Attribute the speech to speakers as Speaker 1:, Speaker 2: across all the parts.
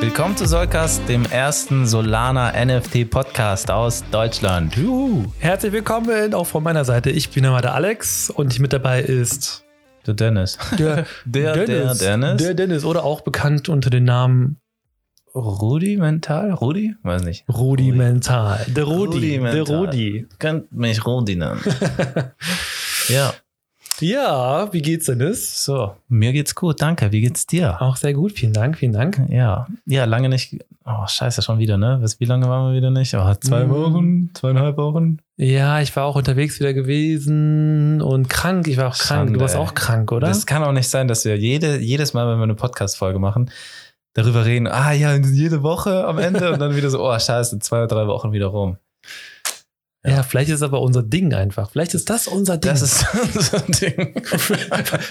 Speaker 1: Willkommen zu Solcast, dem ersten Solana NFT Podcast aus Deutschland.
Speaker 2: Juhu. Herzlich willkommen auch von meiner Seite. Ich bin immer der Alex und mit dabei ist
Speaker 1: Du Dennis.
Speaker 2: der,
Speaker 1: Der, der Dennis.
Speaker 2: Der Dennis oder auch bekannt unter dem Namen
Speaker 1: Rudimental? Rudi? Weiß nicht.
Speaker 2: Rudimental. Der Rudi.
Speaker 1: Rudimental.
Speaker 2: Der Rudi.
Speaker 1: Könnt mich Rudi nennen. ja,
Speaker 2: Ja, wie geht's Dennis?
Speaker 1: so. Mir geht's gut, danke. Wie geht's dir?
Speaker 2: Auch sehr gut, vielen Dank, vielen Dank.
Speaker 1: Ja, ja, lange nicht. Oh, scheiße, schon wieder, ne? Was- Wie lange waren wir wieder nicht? Oh, zwei
Speaker 2: Mhm.
Speaker 1: Wochen, zweieinhalb Wochen.
Speaker 2: Ja, ich war auch unterwegs wieder gewesen und krank. Ich war auch krank.
Speaker 1: Schande,
Speaker 2: du warst
Speaker 1: ey.
Speaker 2: auch krank, oder?
Speaker 1: Das kann auch nicht sein, dass wir jede, jedes Mal, wenn wir eine Podcast-Folge machen, darüber reden, ah ja, jede Woche am Ende und dann wieder so, oh scheiße, zwei oder drei Wochen wieder rum.
Speaker 2: ja. vielleicht ist aber unser Ding einfach. Vielleicht ist das unser Ding.
Speaker 1: Das ist so ein Ding.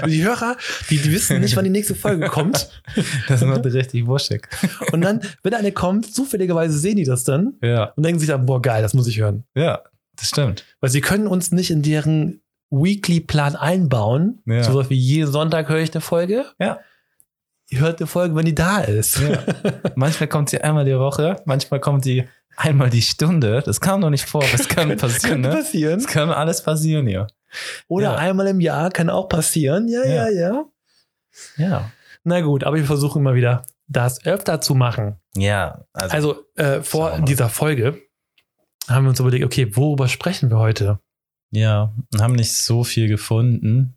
Speaker 2: die Hörer, die, die wissen nicht, wann die nächste Folge kommt.
Speaker 1: Das macht richtig wuschig.
Speaker 2: Und dann, wenn eine kommt, zufälligerweise sehen die das dann
Speaker 1: Ja,
Speaker 2: und denken sich dann, boah, geil, das muss ich hören.
Speaker 1: ja, das stimmt.
Speaker 2: Weil sie können uns nicht in deren Weekly-Plan einbauen.
Speaker 1: Ja.
Speaker 2: So was wie jeden Sonntag höre ich eine Folge.
Speaker 1: Ja.
Speaker 2: Ihr hört eine Folge, wenn die da ist.
Speaker 1: Ja. Manchmal kommt sie einmal die Woche, manchmal kommt sie einmal die Stunde. Das kam noch nicht vor, aber es kann passieren,
Speaker 2: Könnte
Speaker 1: ne?
Speaker 2: passieren.
Speaker 1: Das kann alles passieren hier.
Speaker 2: Oder
Speaker 1: Ja.
Speaker 2: einmal im Jahr kann auch passieren. Ja, ja,
Speaker 1: Ja.
Speaker 2: ja,
Speaker 1: Ja.
Speaker 2: Na gut, aber wir versuchen immer wieder, das öfter zu machen.
Speaker 1: Ja, also,
Speaker 2: Also äh,
Speaker 1: Schauen
Speaker 2: vor
Speaker 1: wir mal.
Speaker 2: dieser Folge haben wir uns überlegt, okay, worüber sprechen wir heute?
Speaker 1: ja, haben nicht so viel gefunden.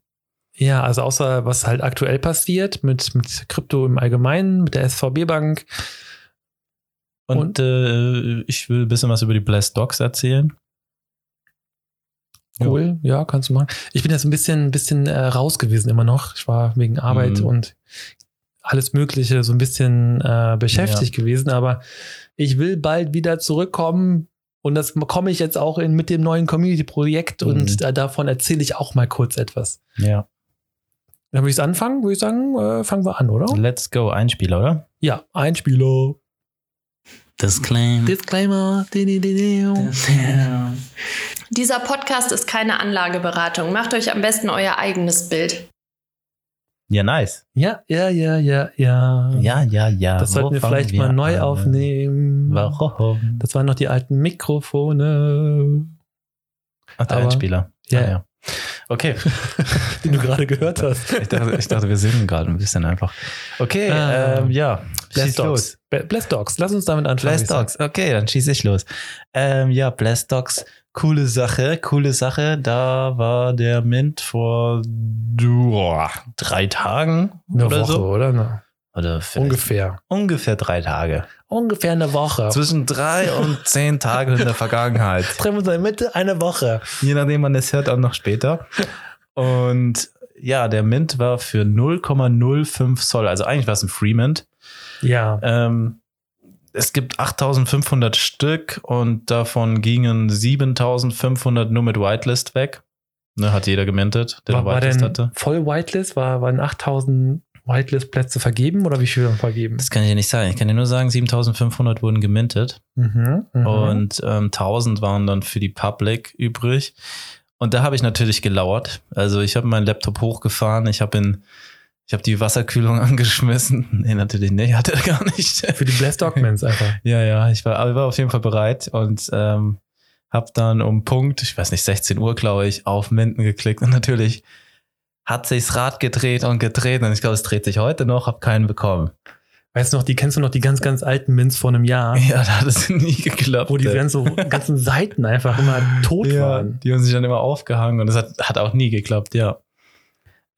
Speaker 2: Ja, also außer was halt aktuell passiert mit, mit Krypto im Allgemeinen, mit der SVB-Bank.
Speaker 1: Und, äh, ich will ein bisschen was über die Blessed Dogs erzählen. Ja.
Speaker 2: Cool, ja. kannst du machen. Ich bin jetzt ein bisschen, ein bisschen äh, raus gewesen immer noch. Ich war wegen Arbeit
Speaker 1: Mhm.
Speaker 2: und alles Mögliche so ein bisschen äh, beschäftigt gewesen, aber ich will bald wieder zurückkommen und das komme ich jetzt auch in, mit dem neuen Community-Projekt
Speaker 1: Mhm.
Speaker 2: und da, davon erzähle ich auch mal kurz etwas.
Speaker 1: Ja.
Speaker 2: Dann würde ich es anfangen, würde ich sagen, äh, fangen wir an, oder?
Speaker 1: Let's go, Einspieler, oder?
Speaker 2: Ja, Einspieler.
Speaker 3: Disclaim.
Speaker 2: Disclaimer.
Speaker 4: Dieser Podcast ist keine Anlageberatung. Macht euch am besten euer eigenes Bild.
Speaker 1: Ja, nice.
Speaker 2: Ja, ja, ja, ja, ja.
Speaker 1: Ja, ja, ja.
Speaker 2: das
Speaker 1: Wo
Speaker 2: sollten wir
Speaker 1: fangen
Speaker 2: vielleicht mal
Speaker 1: wir
Speaker 2: neu
Speaker 1: an?
Speaker 2: aufnehmen.
Speaker 1: Warum?
Speaker 2: Das waren noch die alten Mikrofone,
Speaker 1: Ach, der
Speaker 2: aber-
Speaker 1: Einspieler.
Speaker 2: Ja.
Speaker 1: Ah, ja. Okay.
Speaker 2: die du gerade gehört hast.
Speaker 1: Ich dachte, ich dachte, wir singen gerade ein bisschen einfach. Okay,
Speaker 2: Ah.
Speaker 1: ähm, ja.
Speaker 2: Bless
Speaker 1: Schieß los.
Speaker 2: Dogs. Be- Bless Dogs. Lass uns damit anfangen.
Speaker 1: Bless Dogs. Okay, dann schieße ich los. Ähm, ja, Bless Dogs. Coole Sache, coole Sache. Da war der Mint vor boah, drei Tagen
Speaker 2: Eine
Speaker 1: oder
Speaker 2: Woche,
Speaker 1: so.
Speaker 2: oder? Na,
Speaker 1: Oder vielleicht
Speaker 2: ungefähr.
Speaker 1: ungefähr drei Tage.
Speaker 2: Ungefähr eine Woche.
Speaker 1: Zwischen drei und zehn Tage in der Vergangenheit.
Speaker 2: Treffen wir uns in der Mitte, eine Woche.
Speaker 1: Je nachdem, wann es hört, auch noch später. Und ja, der Mint war für 0,05 Zoll. Also eigentlich war es ein Free Mint.
Speaker 2: Ja.
Speaker 1: Ähm, es gibt 8500 Stück und davon gingen 7500 nur mit Whitelist weg. Ne, hat jeder gemintet, der
Speaker 2: war,
Speaker 1: eine
Speaker 2: war
Speaker 1: Whitelist
Speaker 2: denn
Speaker 1: hatte.
Speaker 2: voll Whitelist? War, waren 8000 Whitelist-Plätze vergeben oder wie viel waren vergeben?
Speaker 1: Das kann ich dir nicht sagen. Ich kann dir nur sagen, 7500 wurden gemintet.
Speaker 2: Mhm, mhm.
Speaker 1: und ähm, 1000 waren dann für die Public übrig. Und da habe ich natürlich gelauert. Also ich habe meinen Laptop hochgefahren, ich habe ihn, ich habe die Wasserkühlung angeschmissen. Nee, natürlich nicht, hat er gar nicht.
Speaker 2: Für die Bless Dogmans einfach.
Speaker 1: ja, ja, ich war, aber ich war auf jeden Fall bereit und ähm, habe dann um Punkt, ich weiß nicht, 16 Uhr, glaube ich, auf Minden geklickt und natürlich hat sich's Rad gedreht und gedreht und ich glaube, es dreht sich heute noch, habe keinen bekommen.
Speaker 2: Weißt du noch, die kennst du noch die ganz, ganz alten Mints vor einem Jahr,
Speaker 1: Ja, da hat es nie geklappt. äh.
Speaker 2: wo die
Speaker 1: ey.
Speaker 2: ganzen, ganzen Seiten einfach immer tot waren.
Speaker 1: Die haben sich dann immer aufgehangen und das hat, hat auch nie geklappt, ja.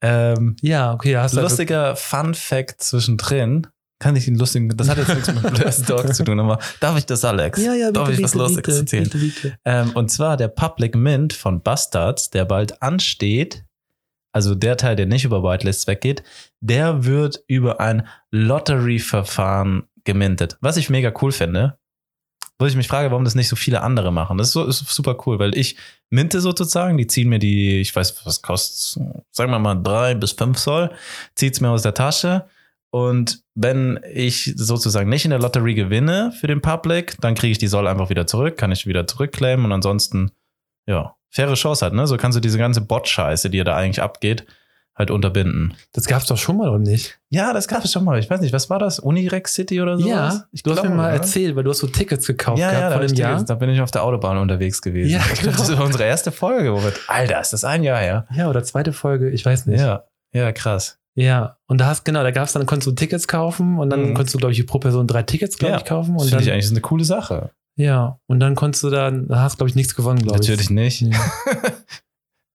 Speaker 1: Ähm,
Speaker 2: Ja, okay, da hast du also-
Speaker 1: lustiger Fun Fact zwischendrin. Kann ich den lustigen, das hat jetzt nichts mit Bless Dog zu tun, aber darf ich das, Alex?
Speaker 2: Ja, ja, bitte,
Speaker 1: darf ich
Speaker 2: bitte,
Speaker 1: was Lustiges
Speaker 2: bitte,
Speaker 1: erzählen?
Speaker 2: bitte, bitte.
Speaker 1: Ähm, und zwar der Public Mint von Bastards, der bald ansteht, also der Teil, der nicht über Whitelists weggeht, der wird über ein Lottery-Verfahren gemintet. Was ich mega cool finde. Wo ich mich frage, warum das nicht so viele andere machen. Das ist, so, ist super cool, weil ich minte sozusagen, die ziehen mir die, ich weiß, was kostet, sagen wir mal drei bis fünf Soll, zieht's mir aus der Tasche. Und wenn ich sozusagen nicht in der Lotterie gewinne für den Public, dann kriege ich die Soll einfach wieder zurück, kann ich wieder zurückclaimen und halt, ansonsten, ja, faire Chance hat, ne? So kannst du diese ganze Bot-Scheiße, die ja da eigentlich abgeht, halt unterbinden.
Speaker 2: Das gab's doch schon mal, oder nicht?
Speaker 1: Ja, das gab es schon mal. Ich weiß nicht, was war das? Unirex City oder so?
Speaker 2: ja,
Speaker 1: ich
Speaker 2: du hast mir mal
Speaker 1: ja.
Speaker 2: erzählt, weil du hast so Tickets gekauft
Speaker 1: Ja, ja,
Speaker 2: gehabt
Speaker 1: da,
Speaker 2: vor
Speaker 1: hab
Speaker 2: dem
Speaker 1: ich
Speaker 2: Jahr.
Speaker 1: gelesen. da bin ich auf der Autobahn unterwegs gewesen.
Speaker 2: Ja,
Speaker 1: Ich glaub, Das war unsere erste Folge, Robert. Alter, ist das ein Jahr her.
Speaker 2: Ja, oder zweite Folge, ich weiß nicht.
Speaker 1: Ja, ja, krass.
Speaker 2: Ja, und da hast genau, da gab's dann konntest du Tickets kaufen und dann
Speaker 1: Mhm.
Speaker 2: konntest du glaube ich pro Person drei Tickets glaube
Speaker 1: Ja,
Speaker 2: ich kaufen
Speaker 1: Das
Speaker 2: und
Speaker 1: finde ich
Speaker 2: dann,
Speaker 1: eigentlich eine coole Sache.
Speaker 2: ja und dann konntest du dann da hast glaube ich nichts gewonnen glaube ich.
Speaker 1: Natürlich nicht.
Speaker 2: Nee.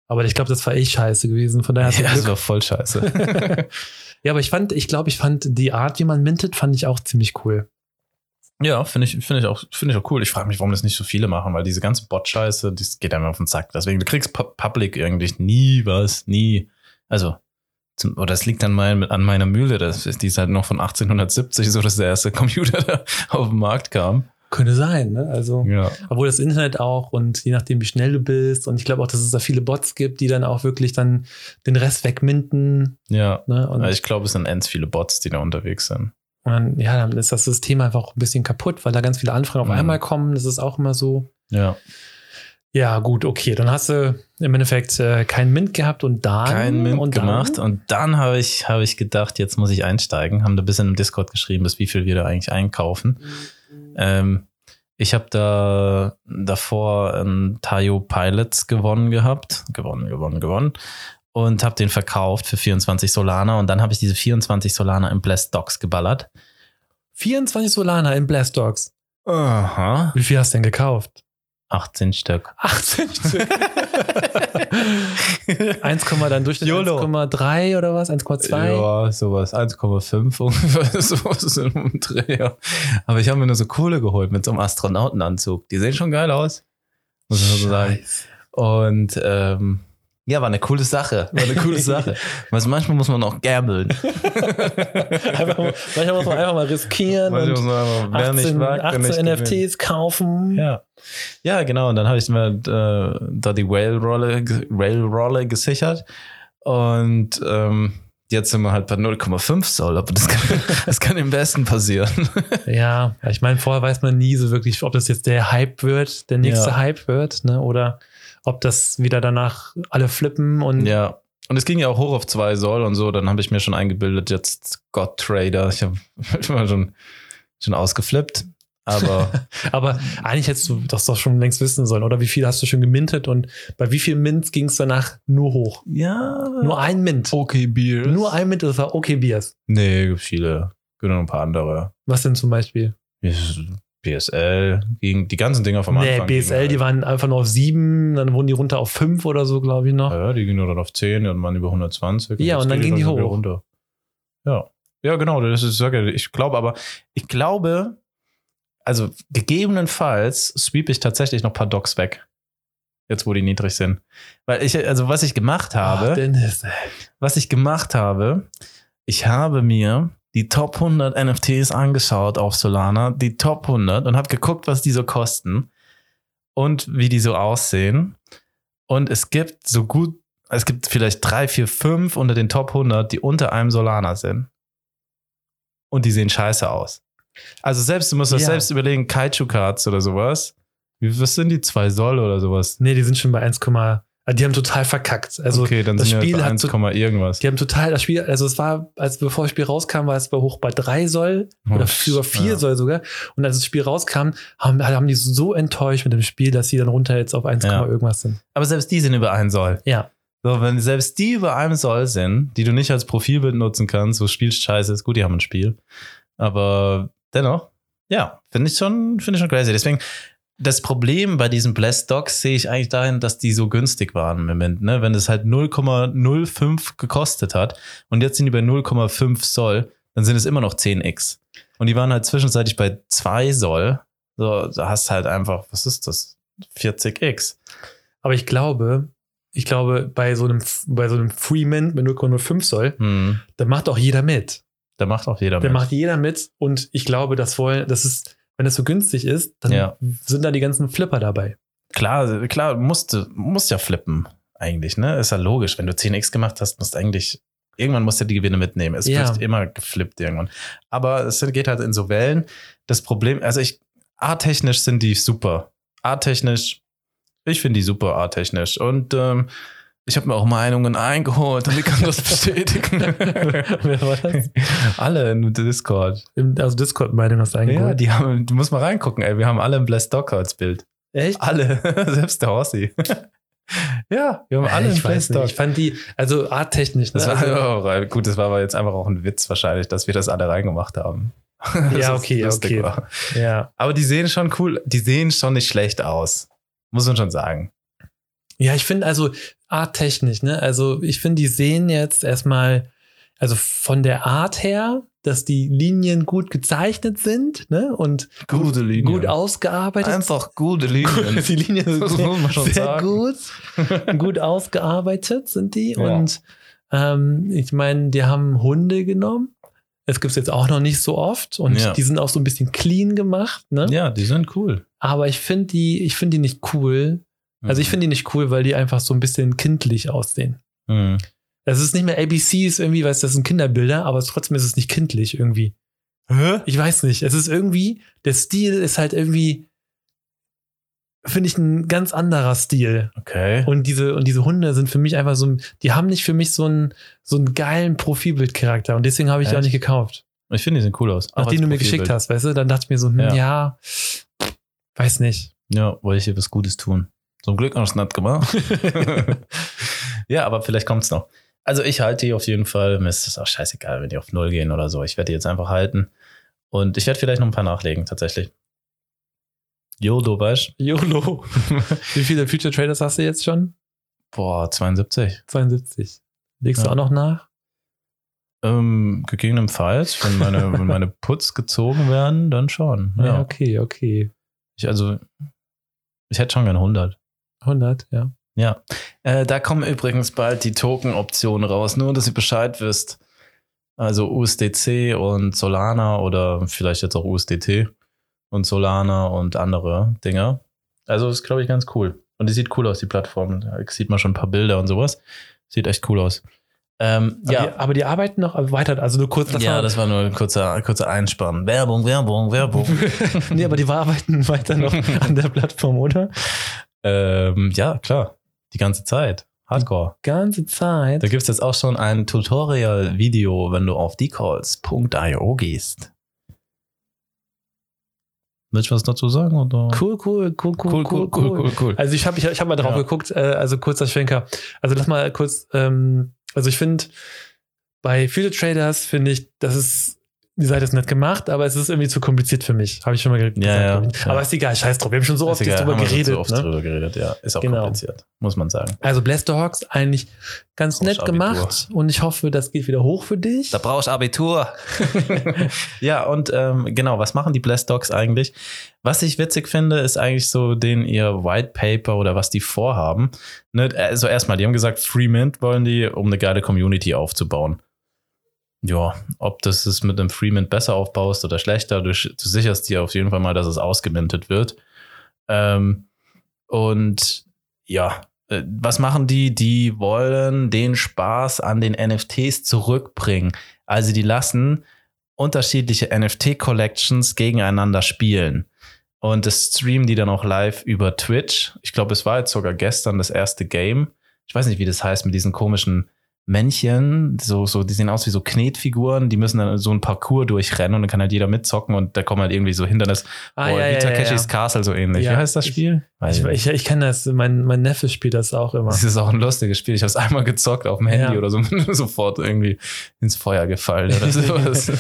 Speaker 2: aber ich glaube, das war eh scheiße gewesen. Von daher hast du
Speaker 1: Ja,
Speaker 2: Glück.
Speaker 1: das war voll scheiße.
Speaker 2: ja, aber ich fand, ich glaube, ich fand die Art, wie man mintet, fand ich auch ziemlich cool.
Speaker 1: ja, finde ich, finde ich, auch, finde ich auch cool. Ich frage mich, warum das nicht so viele machen, weil diese ganze Bot-Scheiße, das geht einem auf den Sack. Deswegen, du kriegst Pu- Public irgendwie nie was, nie. Also, zum, oder es liegt an, mein, an meiner Mühle, das ist, die ist halt noch von 1870, so dass der erste Computer da auf den Markt kam.
Speaker 2: Könnte sein, ne? Also,
Speaker 1: Ja.
Speaker 2: obwohl das Internet auch und je nachdem, wie schnell du bist und ich glaube auch, dass es da viele Bots gibt, die dann auch wirklich dann den Rest wegminten,
Speaker 1: Ja.
Speaker 2: ne? Und,
Speaker 1: ich glaube, es sind ends viele Bots, die da unterwegs sind.
Speaker 2: und dann, ja, dann ist das System einfach auch ein bisschen kaputt, weil da ganz viele Anfragen auf
Speaker 1: Mhm.
Speaker 2: einmal kommen. Das ist auch immer so.
Speaker 1: Ja.
Speaker 2: Ja, gut, okay. Dann hast du im Endeffekt äh, keinen Mint gehabt und dann.
Speaker 1: Kein Mint
Speaker 2: und dann-
Speaker 1: gemacht. Und dann habe ich, habe ich gedacht, jetzt muss ich einsteigen. Haben da ein bisschen im Discord geschrieben, bis wie viel wir da eigentlich einkaufen. Ähm, ich habe da davor einen Tayo Pilots gewonnen gehabt. Gewonnen, gewonnen, gewonnen. Und habe den verkauft für 24 Solana. Und dann habe ich diese 24 Solana im Blessed Docs geballert.
Speaker 2: 24 Solana in Blast Dogs.
Speaker 1: Aha.
Speaker 2: Wie viel hast du denn gekauft?
Speaker 1: 18 Stück.
Speaker 2: 18 Stück. 1, dann durch
Speaker 1: YOLO.
Speaker 2: 1,3 oder was? 1,2?
Speaker 1: Ja, sowas. 1,5 ungefähr. Sowas in einem Dreh. ja. Aber ich habe mir nur so Kohle geholt mit so einem Astronautenanzug. Die sehen schon geil aus. Muss ich so sagen.
Speaker 2: Scheiße.
Speaker 1: Und ähm, ja, war eine coole Sache. War eine coole Sache. Weißt, du, manchmal muss man auch gamblen.
Speaker 2: Einfach mal- Manchmal muss man einfach mal riskieren
Speaker 1: Manchmal muss
Speaker 2: und
Speaker 1: man einfach, wer nicht
Speaker 2: 18,
Speaker 1: wagt, der
Speaker 2: 18
Speaker 1: nicht gewinnt.
Speaker 2: NFTs kaufen.
Speaker 1: Ja. ja, genau. Und dann habe ich mir äh, da die Railrolle, Railrolle gesichert. Und ähm, jetzt sind wir halt bei 0,5 Soll. Aber das kann, das kann im Besten passieren.
Speaker 2: Ja, ja, ich meine, vorher weiß man nie so wirklich, ob das jetzt der Hype wird, der nächste
Speaker 1: Ja.
Speaker 2: Hype wird, ne? oder ob das wieder danach alle flippen und
Speaker 1: ja. Und es ging ja auch hoch auf 2 Soll und so. Dann habe ich mir schon eingebildet, jetzt God Trader. Ich habe immer schon, schon ausgeflippt. Aber
Speaker 2: Aber eigentlich hättest du das doch schon längst wissen sollen, oder? Wie viel hast du schon gemintet und bei wie viel Mints ging es danach nur hoch?
Speaker 1: ja.
Speaker 2: Nur ein Mint.
Speaker 1: okay, Bier.
Speaker 2: Nur ein Mint, das war okay Biers.
Speaker 1: Nee, gibt viele. Gibt noch ein paar andere.
Speaker 2: Was denn zum Beispiel?
Speaker 1: BSL, gegen die ganzen Dinger vom
Speaker 2: nee,
Speaker 1: Anfang.
Speaker 2: BSL, die waren einfach nur auf sieben, dann wurden die runter auf fünf oder so, glaube ich noch.
Speaker 1: Ja, ja, die gingen nur dann auf 10, dann waren die bei 120.
Speaker 2: Ja,
Speaker 1: jetzt
Speaker 2: und dann
Speaker 1: geht
Speaker 2: gingen die
Speaker 1: schon wieder
Speaker 2: hoch.
Speaker 1: Runter. Ja. ja, genau. Das ist, sag ja, ich glaube aber, ich glaube, also gegebenenfalls sweep ich tatsächlich noch ein paar Docs weg. Jetzt, wo die niedrig sind. Weil ich, also was ich gemacht
Speaker 2: Ach,
Speaker 1: habe,
Speaker 2: Dennis.
Speaker 1: was ich gemacht habe, ich habe mir die Top 100 NFTs angeschaut auf Solana, die Top 100 und habe geguckt, was die so kosten und wie die so aussehen. Und es gibt so gut, es gibt vielleicht drei, vier, fünf unter den Top 100, die unter einem Solana sind. Und die sehen scheiße aus. Also selbst, du musst das
Speaker 2: Ja.
Speaker 1: selbst überlegen, Kaiju-Cards oder sowas. Wie, was sind die zwei Soll oder sowas?
Speaker 2: Nee, die sind schon bei 1, ah, die haben total verkackt. Also
Speaker 1: okay, dann
Speaker 2: das
Speaker 1: sind wir
Speaker 2: Spiel
Speaker 1: jetzt bei
Speaker 2: hat
Speaker 1: 1,
Speaker 2: so-
Speaker 1: irgendwas.
Speaker 2: Die haben total das Spiel, also es war, als bevor das Spiel rauskam, war es bei hoch bei drei soll
Speaker 1: Oh,
Speaker 2: oder über vier
Speaker 1: ja.
Speaker 2: soll sogar. Und als das Spiel rauskam, haben, haben die so enttäuscht mit dem Spiel, dass sie dann runter jetzt auf 1,
Speaker 1: Ja.
Speaker 2: irgendwas sind.
Speaker 1: Aber selbst die sind über einen Soll.
Speaker 2: Ja.
Speaker 1: So, wenn selbst die über einem Soll sind, die du nicht als Profilbild nutzen kannst, wo spielst scheiße ist, gut, die haben ein Spiel. Aber dennoch, ja, finde ich schon, finde ich schon crazy. Deswegen, das Problem bei diesen Blessed Dogs sehe ich eigentlich dahin, dass die so günstig waren im Moment, ne? Wenn es halt 0,05 gekostet hat und jetzt sind die bei 0,5 Soll, dann sind es immer noch 10x. Und die waren halt zwischenzeitlich bei 2 Soll. So, da hast halt einfach, was ist das? 40x.
Speaker 2: Aber ich glaube, ich glaube, bei so einem, bei so einem Free Mint mit 0,05 soll,
Speaker 1: Hm.
Speaker 2: da macht auch jeder mit.
Speaker 1: Da macht auch jeder
Speaker 2: Da
Speaker 1: mit.
Speaker 2: macht jeder mit. Und ich glaube, das wollen, das ist, wenn das so günstig ist, dann
Speaker 1: Ja.
Speaker 2: sind da die ganzen Flipper dabei.
Speaker 1: Klar, klar, musst, du- musst ja flippen, eigentlich, ne? Ist ja logisch. Wenn du 10x gemacht hast, musst eigentlich, irgendwann musst du die Gewinne mitnehmen. Es
Speaker 2: Ja.
Speaker 1: wird immer geflippt irgendwann. Aber es sind- geht halt in so Wellen. Das Problem, also ich, arttechnisch sind die super. Arttechnisch, ich finde die super arttechnisch. Und ähm, Ich habe mir auch Meinungen eingeholt und ich kann das bestätigen.
Speaker 2: Wer war das?
Speaker 1: alle in Discord.
Speaker 2: Im, also Discord meine das
Speaker 1: Ja,
Speaker 2: eigentlich.
Speaker 1: die haben, du musst mal reingucken, ey. Wir haben alle ein Blessed Dog als Bild.
Speaker 2: Echt?
Speaker 1: Alle. Selbst der Horsi. ja, wir haben alle
Speaker 2: Alle
Speaker 1: ein
Speaker 2: ich weiß
Speaker 1: Blessed
Speaker 2: nicht.
Speaker 1: Dog.
Speaker 2: Ich fand die, also arttechnisch. Ne?
Speaker 1: Das war,
Speaker 2: also,
Speaker 1: oh, gut, das war aber jetzt einfach auch ein Witz wahrscheinlich, dass wir das alle reingemacht haben. Dass
Speaker 2: ja,
Speaker 1: es
Speaker 2: okay,
Speaker 1: lustig
Speaker 2: okay.
Speaker 1: war.
Speaker 2: Ja.
Speaker 1: Aber die sehen schon cool, die sehen schon nicht schlecht aus. Muss man schon sagen.
Speaker 2: ja, ich finde also arttechnisch, ne? Also ich finde, die sehen jetzt erstmal, also von der Art her, dass die Linien gut gezeichnet sind, ne? Und
Speaker 1: Gute Linien.
Speaker 2: gut ausgearbeitet
Speaker 1: Einfach gute Linien.
Speaker 2: die Linien sind
Speaker 1: Das
Speaker 2: sehr,
Speaker 1: muss man schon
Speaker 2: sehr
Speaker 1: sagen.
Speaker 2: gut. gut ausgearbeitet sind die.
Speaker 1: Ja.
Speaker 2: Und ähm, ich meine, die haben Hunde genommen. Es gibt es jetzt auch noch nicht so oft. Und
Speaker 1: Ja.
Speaker 2: die sind auch so ein bisschen clean gemacht. Ne?
Speaker 1: ja, die sind cool.
Speaker 2: Aber ich finde die, ich finde die nicht cool. Also ich finde die nicht cool, weil die einfach so ein bisschen kindlich aussehen.
Speaker 1: Mhm.
Speaker 2: Das ist nicht mehr ABC, ist irgendwie, weißt du, das sind Kinderbilder, aber trotzdem ist es nicht kindlich irgendwie.
Speaker 1: Hä?
Speaker 2: Ich weiß nicht. Es ist irgendwie, der Stil ist halt irgendwie, finde ich, ein ganz anderer Stil.
Speaker 1: Okay.
Speaker 2: Und diese, und diese Hunde sind für mich einfach so, ein- die haben nicht für mich so einen, so einen geilen Profilbildcharakter. Und deswegen habe ich die auch
Speaker 1: Echt?
Speaker 2: nicht gekauft.
Speaker 1: Ich finde, die sehen cool aus. Auch
Speaker 2: Nachdem
Speaker 1: als
Speaker 2: du mir
Speaker 1: Profilbild.
Speaker 2: geschickt hast, weißt du, dann dachte ich mir so, hm,
Speaker 1: Ja.
Speaker 2: ja. weiß nicht.
Speaker 1: Ja, wollte ich ihr was Gutes tun. Zum Glück hast du es nicht gemacht. ja, aber vielleicht kommt es noch. Also ich halte die auf jeden Fall. Mir ist es auch scheißegal, wenn die auf Null gehen oder so. Ich werde die jetzt einfach halten. Und ich werde vielleicht noch ein paar nachlegen, tatsächlich. Jodo, weißt
Speaker 2: YOLO.
Speaker 1: du?
Speaker 2: Wie viele Future Traders hast du jetzt schon?
Speaker 1: Boah, 72.
Speaker 2: 72. Legst
Speaker 1: Ja.
Speaker 2: du auch noch nach?
Speaker 1: Ähm, gegebenenfalls, wenn meine, wenn meine Putz gezogen werden, dann schon. Ja.
Speaker 2: okay, okay.
Speaker 1: Ich, also, ich hätte schon gern 100.
Speaker 2: 100, ja.
Speaker 1: Ja, äh, da kommen übrigens bald die Token-Optionen raus, nur dass ihr Bescheid wisst. Also USDC und Solana oder vielleicht jetzt auch USDT und Solana und andere Dinger. Also ist, glaube ich, ganz cool. Und die sieht cool aus, die Plattform. Da sieht man schon ein paar Bilder und sowas. Sieht echt cool aus. Ähm,
Speaker 2: Aber,
Speaker 1: ja,
Speaker 2: die, aber die arbeiten noch weiter. Also nur kurz davor.
Speaker 1: ja, das war nur ein kurzer, kurzer Einspann. Werbung, Werbung, Werbung.
Speaker 2: nee, aber die arbeiten weiter noch an der Plattform, oder?
Speaker 1: ähm, ja, klar. Die ganze Zeit. Hardcore.
Speaker 2: Ganze Zeit.
Speaker 1: Da gibt es jetzt auch schon ein Tutorial-Video, wenn du auf decalls.io gehst. Willst du was dazu sagen? Oder?
Speaker 2: Cool, cool, cool, cool, cool, cool, cool.
Speaker 1: cool.
Speaker 2: Also ich habe ich, hab- ich hab mal drauf
Speaker 1: Ja.
Speaker 2: geguckt, äh, also kurzer Schwenker. Also lass mal kurz, ähm, also ich finde, bei viele Traders finde ich, das ist, die Seite ist nett gemacht, aber es ist irgendwie zu kompliziert für mich. Habe ich schon mal ge- gesagt.
Speaker 1: Ja, ja,
Speaker 2: glaub ich.
Speaker 1: ja.
Speaker 2: Aber ist egal, scheiß drauf. Wir haben schon so
Speaker 1: Ist
Speaker 2: oft jetzt
Speaker 1: egal,
Speaker 2: drüber
Speaker 1: haben wir schon
Speaker 2: geredet.
Speaker 1: zu oft
Speaker 2: ne?
Speaker 1: drüber geredet, ja. Ist auch
Speaker 2: Genau.
Speaker 1: kompliziert, muss man sagen.
Speaker 2: Also Blaster Hawks eigentlich ganz
Speaker 1: Brauchst
Speaker 2: nett gemacht
Speaker 1: Abitur.
Speaker 2: und ich hoffe, das geht wieder hoch für dich.
Speaker 1: brauchst du Abitur. ja, und ähm, genau, was machen die Blessed Dogs eigentlich? Was ich witzig finde, ist eigentlich so den ihr White Paper oder was die vorhaben. Ne? Also erstmal, die haben gesagt, Free Mint wollen die, um eine geile Community aufzubauen. Ja, ob das es mit einem Free Mint besser aufbaust oder schlechter, du, sch- du sicherst dir auf jeden Fall mal, dass es ausgemintet wird. Ähm, und ja, äh, was machen die? Die wollen den Spaß an den NFTs zurückbringen. Also die lassen unterschiedliche NFT-Collections gegeneinander spielen. Und das streamen die dann auch live über Twitch. Ich glaube, es war jetzt sogar gestern das erste Game. Ich weiß nicht, wie das heißt mit diesen komischen Männchen. So, so, die sehen aus wie so Knetfiguren. Die müssen dann so ein Parcours durchrennen und dann kann halt jeder mitzocken und da kommen halt irgendwie so Hindernis.
Speaker 2: Ah,
Speaker 1: Ball,
Speaker 2: ja,
Speaker 1: wie
Speaker 2: ja, ja,
Speaker 1: Takeshis
Speaker 2: ja.
Speaker 1: Castle so ähnlich.
Speaker 2: Ja,
Speaker 1: wie heißt das
Speaker 2: ich-
Speaker 1: Spiel? Weiß
Speaker 2: Ich,
Speaker 1: nicht.
Speaker 2: ich, ich kann das, mein, mein Neffe spielt das auch immer.
Speaker 1: Das ist auch ein lustiges Spiel. Ich habe es einmal gezockt auf dem Handy
Speaker 2: Ja.
Speaker 1: oder so bin sofort irgendwie ins Feuer gefallen oder sowas.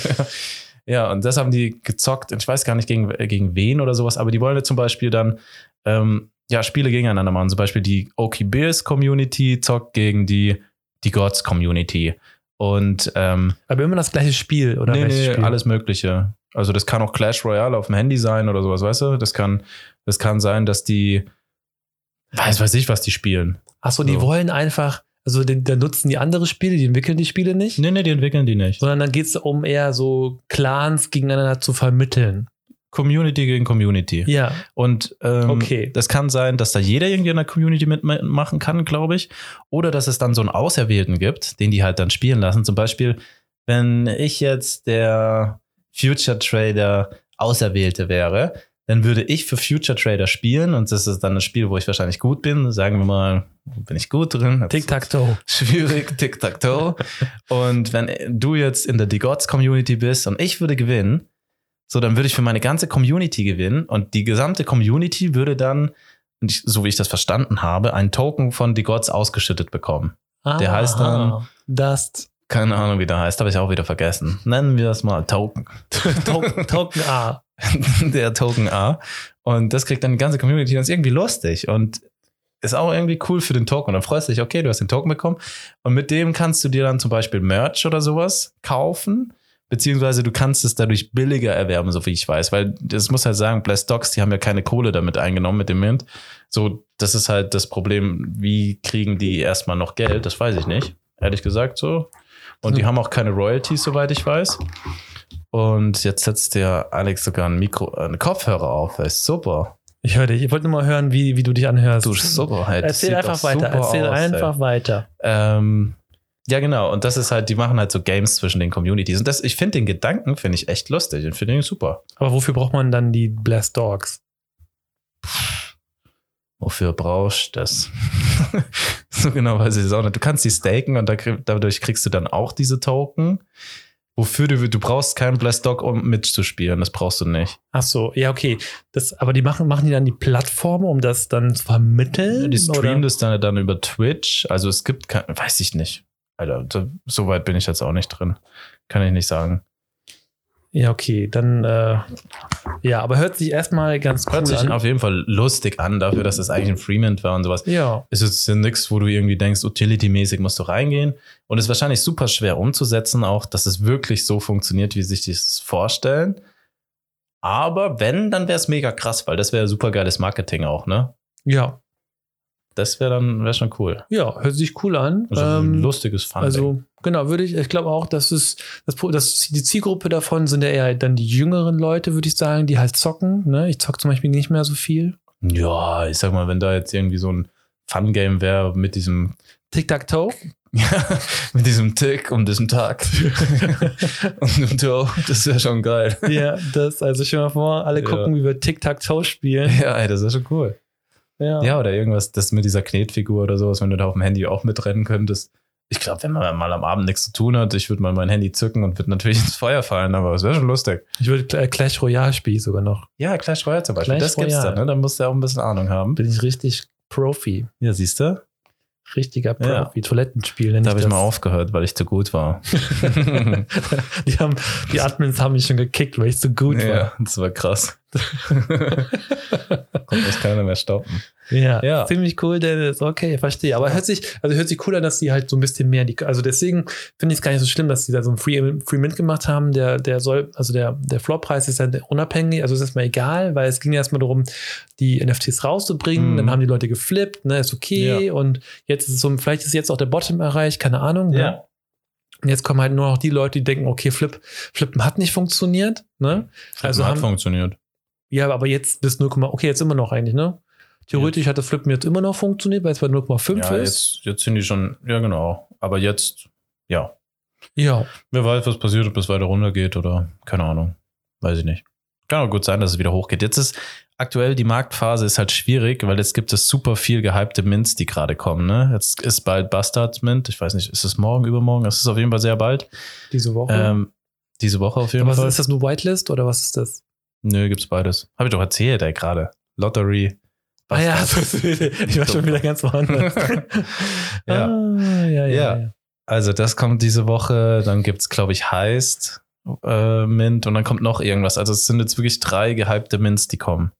Speaker 1: ja, und das haben die gezockt. Ich weiß gar nicht gegen, äh, gegen wen oder sowas, aber die wollen jetzt zum Beispiel dann ähm, ja, Spiele gegeneinander machen. Zum Beispiel die Oki Bears Community zockt gegen die, die Gods Community. Und ähm,
Speaker 2: Aber immer das gleiche Spiel, oder?
Speaker 1: nee,
Speaker 2: welches
Speaker 1: nee,
Speaker 2: Spiel?
Speaker 1: alles Mögliche. Also das kann auch Clash Royale auf dem Handy sein oder sowas, weißt du? Das kann, das kann sein, dass die weiß weiß ich, was die spielen.
Speaker 2: Achso, die
Speaker 1: So.
Speaker 2: wollen einfach, also den- da nutzen die andere Spiele, die entwickeln die Spiele nicht.
Speaker 1: Nee, nee, die entwickeln die nicht.
Speaker 2: sondern dann geht es um eher so Clans gegeneinander zu vermitteln.
Speaker 1: Community gegen Community.
Speaker 2: Ja,
Speaker 1: Und ähm,
Speaker 2: Okay.
Speaker 1: das kann sein, dass da jeder irgendwie in der Community mitmachen kann, glaube ich. Oder dass es dann so einen Auserwählten gibt, den die halt dann spielen lassen. Zum Beispiel, wenn ich jetzt der Future Trader Auserwählte wäre, dann würde ich für Future Trader spielen und das ist dann ein Spiel, wo ich wahrscheinlich gut bin. Sagen wir mal, bin ich gut drin. Hab so
Speaker 2: Tic-Tac-Toe.
Speaker 1: Schwierig, Tic-Tac-Toe. und wenn du jetzt in der The Gods Community bist und ich würde gewinnen, so dann würde ich für meine ganze Community gewinnen und die gesamte Community würde dann, und ich- so wie ich das verstanden habe, einen Token von The Gods ausgeschüttet bekommen.
Speaker 2: Ah.
Speaker 1: Der heißt dann-
Speaker 2: Dust.
Speaker 1: Keine Ahnung, wie der heißt, habe ich auch wieder vergessen. Nennen wir das mal Token.
Speaker 2: Token, Token A.
Speaker 1: der Token A. Und das kriegt dann die ganze Community und ist irgendwie lustig und ist auch irgendwie cool für den Token. Und dann freust du dich, okay, du hast den Token bekommen. Und mit dem kannst du dir dann zum Beispiel Merch oder sowas kaufen. Beziehungsweise du kannst es dadurch billiger erwerben, so wie ich weiß. Weil das muss halt sagen, Blastox, die haben ja keine Kohle damit eingenommen mit dem Mint. So, das ist halt das Problem. Wie kriegen die erstmal noch Geld? Das weiß ich nicht. Ehrlich gesagt so. Und die haben auch keine Royalties, soweit ich weiß. Und jetzt setzt der Alex sogar ein Mikro, einen Kopfhörer auf. Er ist super.
Speaker 2: Ich höre dich. Ich wollte nur mal hören, wie, wie du dich anhörst.
Speaker 1: Du bist super. Halt. Das
Speaker 2: Erzähl
Speaker 1: sieht
Speaker 2: einfach
Speaker 1: doch
Speaker 2: weiter.
Speaker 1: super
Speaker 2: Erzähl
Speaker 1: aus, ey.
Speaker 2: einfach weiter.
Speaker 1: Ähm, ja, genau. Und das ist halt, die machen halt so Games zwischen den Communities. Und das, ich finde den Gedanken, finde ich echt lustig und finde ihn super.
Speaker 2: Aber wofür braucht man dann die Blast Dogs?
Speaker 1: Wofür brauchst du das? so genau weiß ich es auch nicht. Du kannst die staken und da, krieg- dadurch kriegst du dann auch diese Token. Wofür du, du brauchst keinen Blast Dog, um mitzuspielen. Das brauchst du nicht.
Speaker 2: Ach so, ja, okay. Das, aber die machen, machen die dann die Plattform, um das dann zu vermitteln?
Speaker 1: Die streamen
Speaker 2: oder?
Speaker 1: das dann, dann über Twitch. Also es gibt kein, weiß ich nicht. Alter, so, so weit bin ich jetzt auch nicht drin. Kann ich nicht sagen.
Speaker 2: Ja, okay. Dann, äh, ja, aber hört sich erstmal ganz cool
Speaker 1: Hört sich
Speaker 2: an.
Speaker 1: auf jeden Fall lustig an, dafür, dass es eigentlich ein Freemint war und sowas.
Speaker 2: Ja,
Speaker 1: Es ist ja nichts, wo du irgendwie denkst, utility-mäßig musst du reingehen. Und es ist wahrscheinlich super schwer umzusetzen, auch, dass es wirklich so funktioniert, wie sich die es vorstellen. Aber wenn, dann wäre es mega krass, weil das wäre super geiles Marketing auch, ne?
Speaker 2: ja,
Speaker 1: Das wäre dann wär schon cool.
Speaker 2: ja, hört sich cool an.
Speaker 1: Also ein
Speaker 2: Ähm,
Speaker 1: lustiges Fun.
Speaker 2: Also genau, würde ich, ich glaube auch, dass es, das, Pro- dass die Zielgruppe davon sind ja eher dann die jüngeren Leute, würde ich sagen, die halt zocken. Ne? Ich zocke zum Beispiel nicht mehr so viel.
Speaker 1: Ja, ich sag mal, wenn da jetzt irgendwie so ein Fun-Game wäre mit diesem,
Speaker 2: Tic-Tac-Toe.
Speaker 1: mit diesem Tick und diesem Tag und dem Toe, das wäre schon geil.
Speaker 2: ja, das, also stell dir mal vor, alle
Speaker 1: Ja.
Speaker 2: gucken, wie wir Tic-Tac-Toe spielen.
Speaker 1: Ja, ey, das wäre schon cool.
Speaker 2: Ja.
Speaker 1: Ja, oder irgendwas, das mit dieser Knetfigur oder sowas, wenn du da auf dem Handy auch mitrennen könntest. Ich glaube, wenn man mal am Abend nichts zu tun hat, ich würde mal mein Handy zücken und würde natürlich ins Feuer fallen, aber es wäre schon lustig.
Speaker 2: Ich würde äh, Clash Royale spielen sogar noch.
Speaker 1: Ja, Clash Royale zum Beispiel,
Speaker 2: Clash
Speaker 1: das gibt's
Speaker 2: Royale.
Speaker 1: da, ne? Da musst du ja auch ein bisschen Ahnung haben.
Speaker 2: Bin ich richtig Profi.
Speaker 1: Ja, siehst du?
Speaker 2: Richtiger
Speaker 1: Ja.
Speaker 2: Profi. Toilettenspiel nenne
Speaker 1: Da habe ich
Speaker 2: das.
Speaker 1: mal Mhm. aufgehört, weil ich zu gut war.
Speaker 2: die, haben, die Admins haben mich schon gekickt, weil ich so gut war.
Speaker 1: Ja, das war krass. Konnte mich keiner mehr stoppen.
Speaker 2: Ja,
Speaker 1: Ja.
Speaker 2: ziemlich cool, Dennis. Okay, verstehe. Aber hört sich, also hört sich cool an, dass die halt so ein bisschen mehr, die, also deswegen finde ich es gar nicht so schlimm, dass die da so einen Free, Free Mint gemacht haben. Der, der soll, also der, der Floorpreis ist ja unabhängig, also ist erstmal egal, weil es ging ja erstmal darum, die NFTs rauszubringen.
Speaker 1: Mhm.
Speaker 2: Dann haben die Leute geflippt, ne, ist okay. Und jetzt ist es so, vielleicht ist jetzt auch der Bottom erreicht, keine Ahnung. Ne? Und jetzt kommen halt nur noch die Leute, die denken, okay, Flip, Flippen hat nicht funktioniert, ne? Also
Speaker 1: Also hat
Speaker 2: haben-
Speaker 1: funktioniert.
Speaker 2: Ja, aber jetzt bis 0, okay, jetzt immer noch eigentlich, ne? Theoretisch hat das Flippen jetzt immer noch funktioniert, weil es bei 0,5
Speaker 1: Ja,
Speaker 2: ist.
Speaker 1: jetzt, jetzt sind die schon, ja genau. Aber jetzt, ja.
Speaker 2: Ja,
Speaker 1: Wer weiß, was passiert, ob es weiter runtergeht oder keine Ahnung. Weiß ich nicht. Kann auch gut sein, dass es wieder hochgeht. Jetzt ist aktuell die Marktphase ist halt schwierig, weil jetzt gibt es super viel gehypte Mints, die gerade kommen. Ne? Jetzt ist bald Bastard Mint. Ich weiß nicht, ist es morgen, übermorgen? Es ist auf jeden Fall sehr bald.
Speaker 2: diese Woche.
Speaker 1: Ähm, diese Woche auf jeden
Speaker 2: aber
Speaker 1: Fall.
Speaker 2: ist das nur Whitelist oder was ist das?
Speaker 1: Nö, gibt's beides. Habe ich doch erzählt, ey, gerade. Lottery.
Speaker 2: Ah ja,
Speaker 1: Bastard.
Speaker 2: ich war schon wieder ganz woanders.
Speaker 1: ja.
Speaker 2: Ah, ja, ja, ja,
Speaker 1: Ja. Also das kommt diese Woche, dann gibt's glaube ich, Heist äh, Mint und dann kommt noch irgendwas. Also es sind jetzt wirklich drei gehypte Mints, die kommen.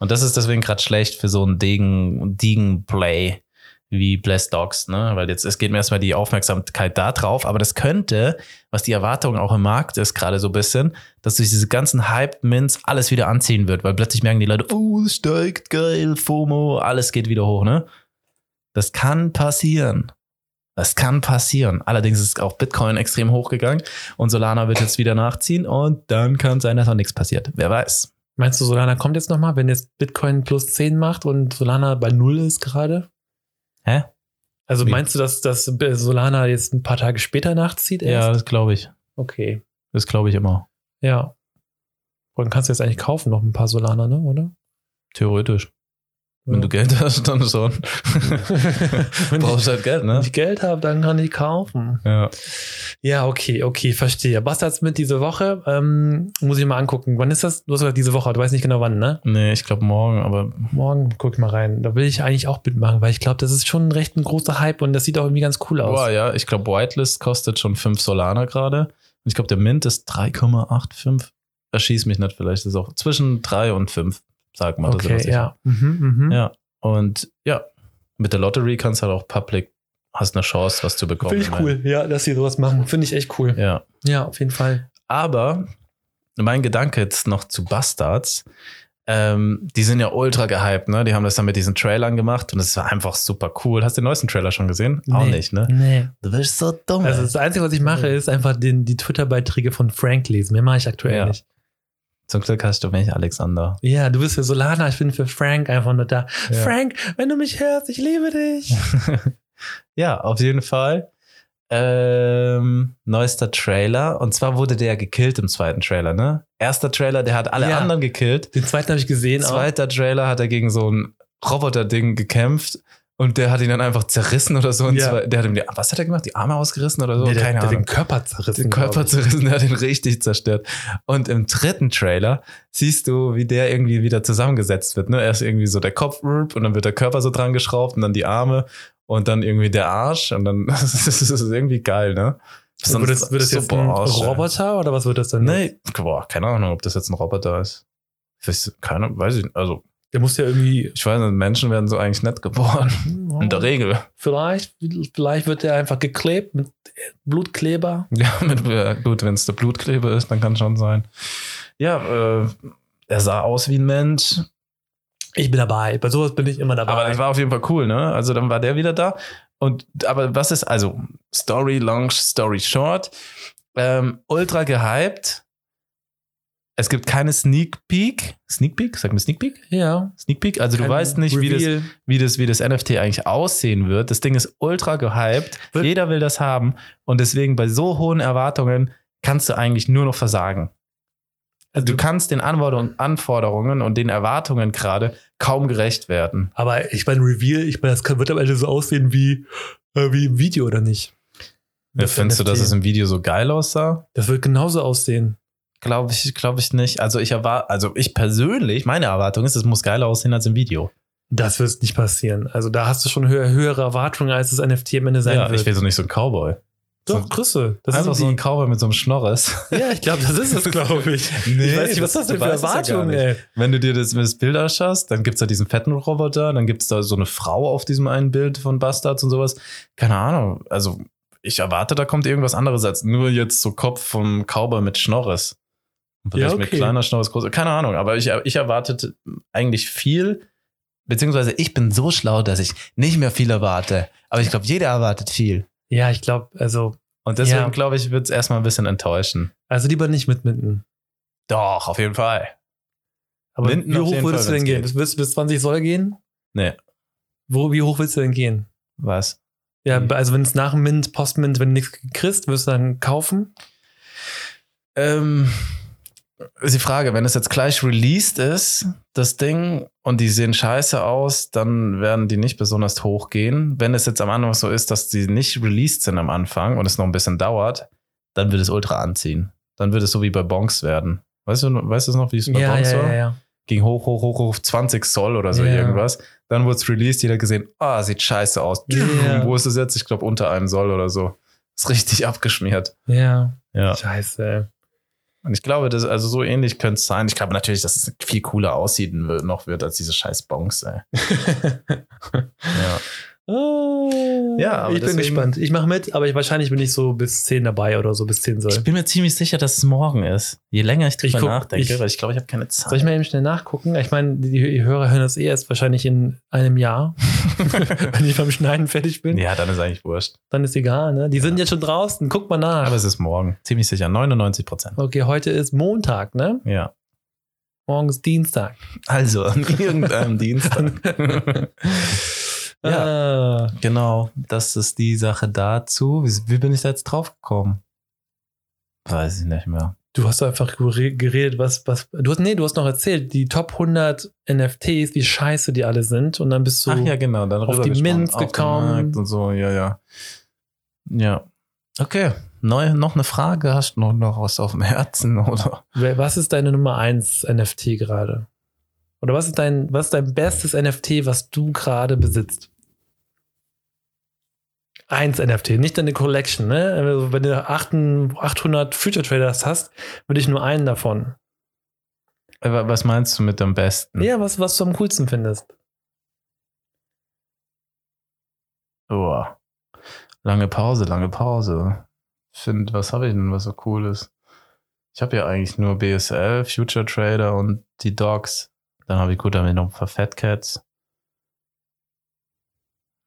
Speaker 1: Und das ist deswegen gerade schlecht für so einen Degen, Degen-Play wie Blast Dogs, ne? Weil jetzt es geht mir erstmal die Aufmerksamkeit da drauf, aber das könnte, was die Erwartung auch im Markt ist, gerade so ein bisschen, dass durch diese ganzen Hype-Mints alles wieder anziehen wird, weil plötzlich merken die Leute, oh, es steigt geil, FOMO, alles geht wieder hoch, ne? Das kann passieren. Das kann passieren. Allerdings ist auch Bitcoin extrem hochgegangen und Solana wird jetzt wieder nachziehen und dann kann sein, dass noch nichts passiert. Wer weiß.
Speaker 2: Meinst du, Solana kommt jetzt nochmal, wenn jetzt Bitcoin plus 10 macht und Solana bei 0 ist gerade?
Speaker 1: Hä?
Speaker 2: Also
Speaker 1: Wie?
Speaker 2: meinst du, dass, dass Solana jetzt ein paar Tage später nachzieht? erst?
Speaker 1: das glaube ich.
Speaker 2: Okay.
Speaker 1: Das glaube ich immer.
Speaker 2: Ja. Und kannst du jetzt eigentlich kaufen noch ein paar Solana, ne, oder?
Speaker 1: Theoretisch. Wenn du Geld hast, dann schon.
Speaker 2: Wenn
Speaker 1: Brauchst
Speaker 2: ich,
Speaker 1: halt Geld,
Speaker 2: wenn
Speaker 1: ne?
Speaker 2: ich Geld habe, dann kann ich kaufen.
Speaker 1: Ja.
Speaker 2: Ja, okay, okay, verstehe. Bastards mit diese Woche, ähm, muss ich mal angucken. Wann ist das? Du hast gesagt, diese Woche, du weißt nicht genau wann, ne?
Speaker 1: Nee, ich glaube morgen, aber
Speaker 2: Morgen guck ich mal rein. Da will ich eigentlich auch mitmachen, weil ich glaube, das ist schon recht ein großer Hype und das sieht auch irgendwie ganz cool aus.
Speaker 1: boah, ja, ich glaube, Whitelist kostet schon 5 Solana gerade. Und ich glaube, der Mint ist 3,85. Erschieß mich nicht, vielleicht ist es auch zwischen 3 und 5, sag mal. das ist immer
Speaker 2: okay,
Speaker 1: sicher.
Speaker 2: ja. Mhm, mhm.
Speaker 1: Ja. Und ja, mit der Lottery kannst du halt auch Public, hast eine Chance, was zu bekommen. ne?
Speaker 2: Finde ich cool, ja, dass sie sowas machen. Finde ich echt cool. Ja.
Speaker 1: Ja.
Speaker 2: auf jeden Fall.
Speaker 1: Aber mein Gedanke jetzt noch zu Bastards. Ähm, die sind ja ultra gehypt, ne? Die haben das dann mit diesen Trailern gemacht und es war einfach super cool. Hast du den neuesten Trailer schon gesehen? Auch
Speaker 2: Nee.
Speaker 1: nicht, ne?
Speaker 2: Nee.
Speaker 1: Du bist so dumm.
Speaker 2: Also das Einzige, was ich mache, ist einfach den, die Twitter-Beiträge von Frank lesen. Mehr mache ich aktuell
Speaker 1: Ja.
Speaker 2: nicht.
Speaker 1: Zum Glück hast du mich, Alexander.
Speaker 2: Ja, du bist für Solana, ich bin für Frank einfach nur da.
Speaker 1: Ja.
Speaker 2: Frank, wenn du mich hörst, ich liebe dich.
Speaker 1: Ja, auf jeden Fall. Ähm, neuester Trailer. Und zwar wurde der gekillt im zweiten Trailer, ne? Erster Trailer, der hat alle
Speaker 2: Ja.
Speaker 1: anderen gekillt.
Speaker 2: Den zweiten habe ich gesehen. auch.
Speaker 1: Zweiter Trailer hat er gegen so ein Roboter-Ding gekämpft und der hat ihn dann einfach zerrissen oder so. Und
Speaker 2: Ja.
Speaker 1: zwar, der hat ihm die, was hat er gemacht? Die Arme ausgerissen oder so?
Speaker 2: Nee, der,
Speaker 1: Keine
Speaker 2: der hat
Speaker 1: Ahnung.
Speaker 2: den Körper zerrissen.
Speaker 1: Den Körper
Speaker 2: glaub ich.
Speaker 1: zerrissen, der hat ihn richtig zerstört. Und im dritten Trailer siehst du, wie der irgendwie wieder zusammengesetzt wird. Ne? Erst irgendwie so der Kopf rup, und dann wird der Körper so dran geschraubt und dann die Arme und dann irgendwie der Arsch und dann das ist das ist irgendwie geil, ne?
Speaker 2: Wird das, wird das jetzt ein
Speaker 1: Arsch, ey.
Speaker 2: Roboter oder was wird das denn?
Speaker 1: Nee, boah, keine Ahnung, ob das jetzt ein Roboter ist. Weiß- Keine, weiß ich nicht. Also,
Speaker 2: Der muss ja irgendwie.
Speaker 1: ich weiß nicht, Menschen werden so eigentlich nett geboren.
Speaker 2: Oh.
Speaker 1: In der Regel.
Speaker 2: Vielleicht, vielleicht wird der einfach geklebt mit Blutkleber.
Speaker 1: Ja, mit, ja, gut, wenn es der Blutkleber ist, dann kann schon sein. Ja, äh, er sah aus wie ein Mensch.
Speaker 2: Ich bin dabei. Bei sowas bin ich immer dabei.
Speaker 1: Aber das war auf jeden Fall cool, ne? Also dann war der wieder da. Und aber was ist, also Story long, Story short, ähm, ultra gehypt. Es gibt keine Sneak Peek. Sneak Peek? Sag mir Sneak Peek?
Speaker 2: ja.
Speaker 1: Sneak Peek? Also du
Speaker 2: Kein
Speaker 1: weißt nicht, wie das,
Speaker 2: Reveal.
Speaker 1: wie, das, wie das NFT eigentlich aussehen wird. Das Ding ist ultra gehypt.
Speaker 2: Wird-
Speaker 1: Jeder will das haben. Und deswegen bei so hohen Erwartungen kannst du eigentlich nur noch versagen. Also du kannst den Anforderungen- Anforderungen und den Erwartungen gerade kaum gerecht werden.
Speaker 2: Aber ich meine, Reveal, ich meine, das kann, wird am Ende so aussehen wie, äh, wie im Video, oder nicht?
Speaker 1: Ja,
Speaker 2: Das
Speaker 1: findest du, dass
Speaker 2: NFT.
Speaker 1: es im Video so geil aussah?
Speaker 2: Das wird genauso aussehen.
Speaker 1: Glaube ich, glaube ich nicht. Also ich erwarte, also ich persönlich, meine Erwartung ist, es muss geiler aussehen als im Video.
Speaker 2: Das wird nicht passieren. Also da hast du schon höher, höhere Erwartungen, als das NFT am Ende sein
Speaker 1: ja,
Speaker 2: wird.
Speaker 1: ich will so nicht so ein Cowboy. Also
Speaker 2: Doch, Grüße. Das
Speaker 1: Einfach
Speaker 2: sind
Speaker 1: so ein
Speaker 2: die-
Speaker 1: Cowboy mit so einem Schnorres.
Speaker 2: Ja, ich glaube, das ist es, glaube ich.
Speaker 1: Nee,
Speaker 2: ich weiß nicht, was
Speaker 1: das-
Speaker 2: das denn
Speaker 1: du
Speaker 2: für
Speaker 1: weißt es ja gar
Speaker 2: Erwartungen,
Speaker 1: nicht.
Speaker 2: ey.
Speaker 1: Wenn du dir das, das Bild anschaust, dann gibt es da diesen fetten Roboter, dann gibt es da so eine Frau auf diesem einen Bild von Bastards und sowas. Keine Ahnung. Also ich erwarte, da kommt irgendwas anderes als nur jetzt so Kopf vom Cowboy mit Schnorres. Und Vielleicht
Speaker 2: Ja,
Speaker 1: mit
Speaker 2: okay.
Speaker 1: kleiner Schnorres, großer. Keine Ahnung, aber ich, ich erwartete eigentlich viel. Beziehungsweise ich bin so schlau, dass ich nicht mehr viel erwarte. Aber ich glaube, jeder erwartet viel.
Speaker 2: Ja, ich glaube, also,
Speaker 1: Und deswegen
Speaker 2: Ja.
Speaker 1: glaube ich, wird es erstmal ein bisschen enttäuschen.
Speaker 2: also lieber nicht mitmitten.
Speaker 1: Doch, auf jeden Fall.
Speaker 2: Aber
Speaker 1: Minden
Speaker 2: wie
Speaker 1: auf
Speaker 2: hoch
Speaker 1: jeden
Speaker 2: würdest
Speaker 1: Fall,
Speaker 2: du denn
Speaker 1: wenn's geht.
Speaker 2: gehen? Bis, bis, bis 20 soll gehen?
Speaker 1: Nee.
Speaker 2: Wo, wie hoch willst du denn gehen?
Speaker 1: Was?
Speaker 2: Ja,
Speaker 1: Hm.
Speaker 2: also wenn es nach dem Mint, Post-Mint, wenn du nichts kriegst, wirst du dann kaufen?
Speaker 1: Ähm, ist die Frage, wenn es jetzt gleich released ist, das Ding, und die sehen scheiße aus, dann werden die nicht besonders hoch gehen. Wenn es jetzt am Anfang so ist, dass die nicht released sind am Anfang und es noch ein bisschen dauert, dann wird es ultra anziehen. Dann wird es so wie bei Bonks werden. Weißt du, weißt du es noch, wie es bei Bonks war?
Speaker 2: ja.
Speaker 1: Ging hoch, hoch, hoch, hoch, 20 Soll oder so
Speaker 2: Ja.
Speaker 1: irgendwas. Dann wurde es released, jeder gesehen, ah, sieht scheiße aus.
Speaker 2: Ja.
Speaker 1: Wo ist es jetzt? Ich glaube, unter einem Soll oder so. Ist richtig abgeschmiert.
Speaker 2: Ja.
Speaker 1: Ja.
Speaker 2: Scheiße. ey.
Speaker 1: Und ich glaube, das, also so ähnlich könnte es sein. Ich glaube natürlich, dass es viel cooler aussieht und wird- noch wird als diese scheiß Bonks, ey. Ja.
Speaker 2: Ah,
Speaker 1: Ja, aber
Speaker 2: ich bin
Speaker 1: deswegen-
Speaker 2: gespannt. Ich mache mit, aber ich, wahrscheinlich bin ich so bis 10 dabei oder so, bis 10 soll.
Speaker 1: Ich bin mir ziemlich sicher, dass es morgen ist. Je länger ich drüber
Speaker 2: Ich guck-
Speaker 1: nachdenke,
Speaker 2: ich-
Speaker 1: weil ich glaube, ich habe keine Zeit.
Speaker 2: Soll ich mal eben schnell nachgucken? Ich meine, die, die Hörer hören das eh erst wahrscheinlich in einem Jahr, wenn ich beim Schneiden fertig bin.
Speaker 1: ja, dann ist eigentlich wurscht.
Speaker 2: Dann ist egal, ne? Die sind jetzt schon draußen, guck mal nach.
Speaker 1: Aber es ist morgen. Ziemlich sicher. 99 Prozent.
Speaker 2: okay, heute ist Montag, ne?
Speaker 1: Ja.
Speaker 2: Morgen ist Dienstag.
Speaker 1: Also, an irgendeinem Dienstag. ja,
Speaker 2: Ja.
Speaker 1: genau. Das ist die Sache dazu. Wie, wie bin ich da jetzt drauf gekommen? Weiß ich nicht mehr.
Speaker 2: Du hast einfach gere- geredet, was, was, du hast, nee, du hast noch erzählt, die Top 100 NFTs, wie scheiße die alle sind und dann bist du,
Speaker 1: Ach ja, genau. Dann
Speaker 2: auf die
Speaker 1: rübergesprungen,
Speaker 2: Minz
Speaker 1: auf den
Speaker 2: gekommen.
Speaker 1: Markt Und so, ja, ja. Ja. Okay. Neu, noch eine Frage? Hast du noch, noch was auf dem Herzen? Oder?
Speaker 2: wer- was ist deine Nummer 1 NFT gerade? Oder was ist dein, was ist dein bestes NFT, was du gerade besitzt? Eins NFT, nicht deine Collection, ne? Also wenn du 800 800 Future Traders hast, würde ich nur einen davon.
Speaker 1: Äh, wa- Was meinst du mit am besten?
Speaker 2: Ja, was, was du am coolsten findest.
Speaker 1: Boah. Lange Pause, lange Pause. Find, was habe ich denn, was so cool ist? Ich habe ja eigentlich nur BSL, Future Trader und die Dogs. Dann habe ich gut damit noch ein paar Fat Cats.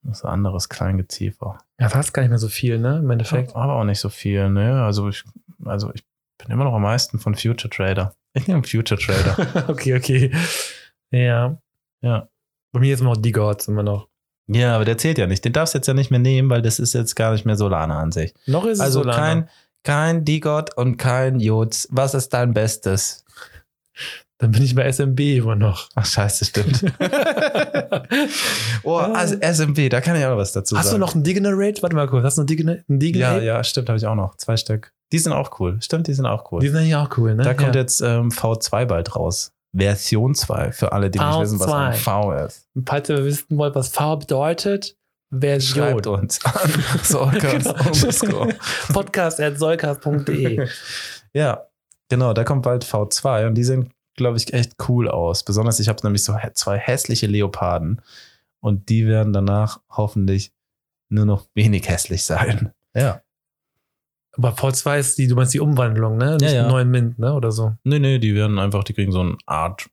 Speaker 1: Was anderes Kleingeziefer.
Speaker 2: Ja, fast gar nicht mehr so viel, ne? Im Endeffekt.
Speaker 1: Aber auch nicht so viel, ne? Also ich, also ich bin immer noch am meisten von Future Trader. Ich nehme Future Trader.
Speaker 2: okay, okay. Ja.
Speaker 1: Ja.
Speaker 2: Bei mir ist immer noch die Gods immer noch.
Speaker 1: ja, aber der zählt ja nicht. Den darfst du jetzt ja nicht mehr nehmen, weil das ist jetzt gar nicht mehr Solana an sich.
Speaker 2: Noch ist
Speaker 1: Also
Speaker 2: es Solana.
Speaker 1: kein, kein D-God und kein Jods. Was ist dein Bestes?
Speaker 2: Dann bin ich bei SMB immer noch.
Speaker 1: Ach, scheiße, stimmt. oh, also SMB, da kann ich auch noch was dazu
Speaker 2: hast du
Speaker 1: sagen.
Speaker 2: noch einen Degenerate? Warte mal kurz. Hast du einen Degenerate? Einen
Speaker 1: Ja,
Speaker 2: Degenerate?
Speaker 1: ja, stimmt, habe ich auch noch. Zwei Stück. Die sind auch cool. Stimmt, die sind auch cool.
Speaker 2: Die sind eigentlich auch cool, ne?
Speaker 1: da kommt
Speaker 2: ja.
Speaker 1: jetzt ähm, V2 bald raus. Version 2 für alle, die nicht
Speaker 2: V2.
Speaker 1: wissen, was ein V ist.
Speaker 2: Falls ihr wissen wollt, was V bedeutet, Version.
Speaker 1: Schreibt uns an Sorkas underscore.
Speaker 2: Genau. Podcast at solcast.de.
Speaker 1: Ja, genau, da kommt bald V2 und die sehen, glaube ich, echt cool aus. Besonders ich habe nämlich so hä- zwei hässliche Leoparden und die werden danach hoffentlich nur noch wenig hässlich sein. Ja.
Speaker 2: Aber V2 ist die, du meinst die Umwandlung, ne? Nicht
Speaker 1: ja.
Speaker 2: einen neuen Mint, ne? Oder so.
Speaker 1: Nee, nee, die werden einfach, die kriegen so ein Art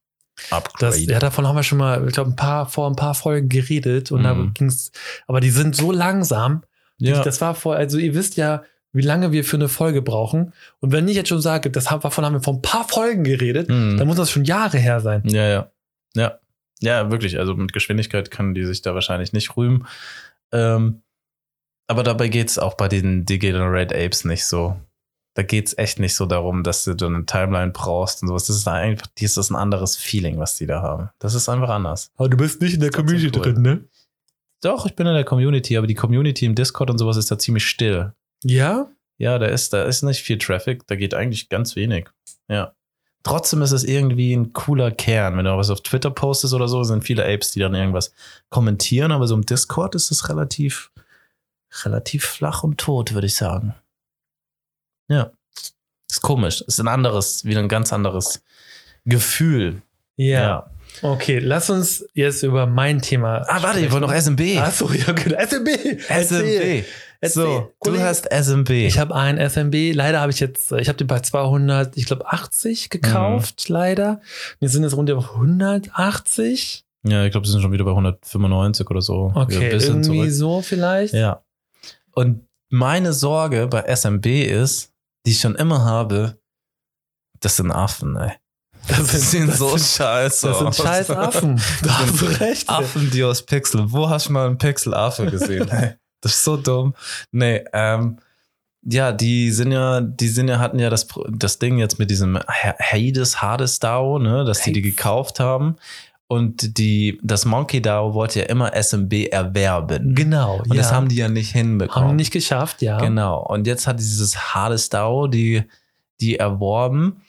Speaker 1: Upgrade.
Speaker 2: Das, ja, davon haben wir schon mal, ich glaube, ein paar, vor ein paar Folgen geredet und da
Speaker 1: Mhm.
Speaker 2: ging's, aber die sind so langsam.
Speaker 1: ja.
Speaker 2: Das war vor, also ihr wisst ja, wie lange wir für eine Folge brauchen. Und wenn ich jetzt schon sage, das haben, davon haben wir vor ein paar Folgen geredet,
Speaker 1: Mhm.
Speaker 2: dann muss das schon Jahre her sein.
Speaker 1: Ja, ja. Ja. Ja, wirklich. Also mit Geschwindigkeit können die sich da wahrscheinlich nicht rühmen. Ähm, aber dabei geht es auch bei den Degenerate Apes nicht so. Da geht es echt nicht so darum, dass du dann eine Timeline brauchst und sowas. Das ist einfach, das ist ein anderes Feeling, was die da haben. Das ist einfach anders.
Speaker 2: Aber du bist nicht in der
Speaker 1: Trotzdem
Speaker 2: Community
Speaker 1: cool.
Speaker 2: drin, ne?
Speaker 1: Doch, ich bin in der Community, aber die Community im Discord und sowas ist da ziemlich still.
Speaker 2: Ja?
Speaker 1: Ja, da ist, da ist nicht viel Traffic, da geht eigentlich ganz wenig. Ja. Trotzdem ist es irgendwie ein cooler Kern. Wenn du was auf Twitter postest oder so, sind viele Apes, die dann irgendwas kommentieren, aber so im Discord ist es relativ, relativ flach und tot, würde ich sagen. Ja. Ist komisch. Ist ein anderes, wieder ein ganz anderes Gefühl.
Speaker 2: Ja. Okay, lass uns jetzt über mein Thema.
Speaker 1: Ah, warte, ich wollte noch SMB.
Speaker 2: Achso, ja, genau. okay. SMB. Erzähl.
Speaker 1: SMB. So, du
Speaker 2: Kollege.
Speaker 1: hast SMB.
Speaker 2: Ich habe einen SMB, leider habe ich jetzt, äh, ich habe den bei 200, ich glaube
Speaker 1: Mhm.
Speaker 2: 80 gekauft, leider. Wir sind jetzt rund auf 180.
Speaker 1: ja, ich glaube, wir sind schon wieder bei 195 oder so. Wieder
Speaker 2: Okay,
Speaker 1: ein bisschen
Speaker 2: irgendwie
Speaker 1: zurück.
Speaker 2: so vielleicht.
Speaker 1: Ja. Und meine Sorge bei SMB ist, die ich schon immer habe, das sind Affen, ey. Das, sind so scheiße.
Speaker 2: Das sind
Speaker 1: aus.
Speaker 2: scheiß Affen. Da
Speaker 1: sind
Speaker 2: hast du recht.
Speaker 1: Affen, die aus Pixel. Wo hast du mal einen Pixel-Affe gesehen? ey? Das ist so dumm. Nee, ähm, ja, die sind ja, die sind ja, hatten ja das, Pro- das Ding jetzt mit diesem Ha- Hades, Hades DAO, ne, dass die die
Speaker 2: Hades.
Speaker 1: gekauft haben. Und die, das Monkey DAO wollte ja immer SMB erwerben.
Speaker 2: Genau,
Speaker 1: Und
Speaker 2: ja.
Speaker 1: das haben die ja nicht hinbekommen.
Speaker 2: Haben nicht geschafft, ja.
Speaker 1: Genau. Und jetzt hat dieses Hades DAO die, die erworben.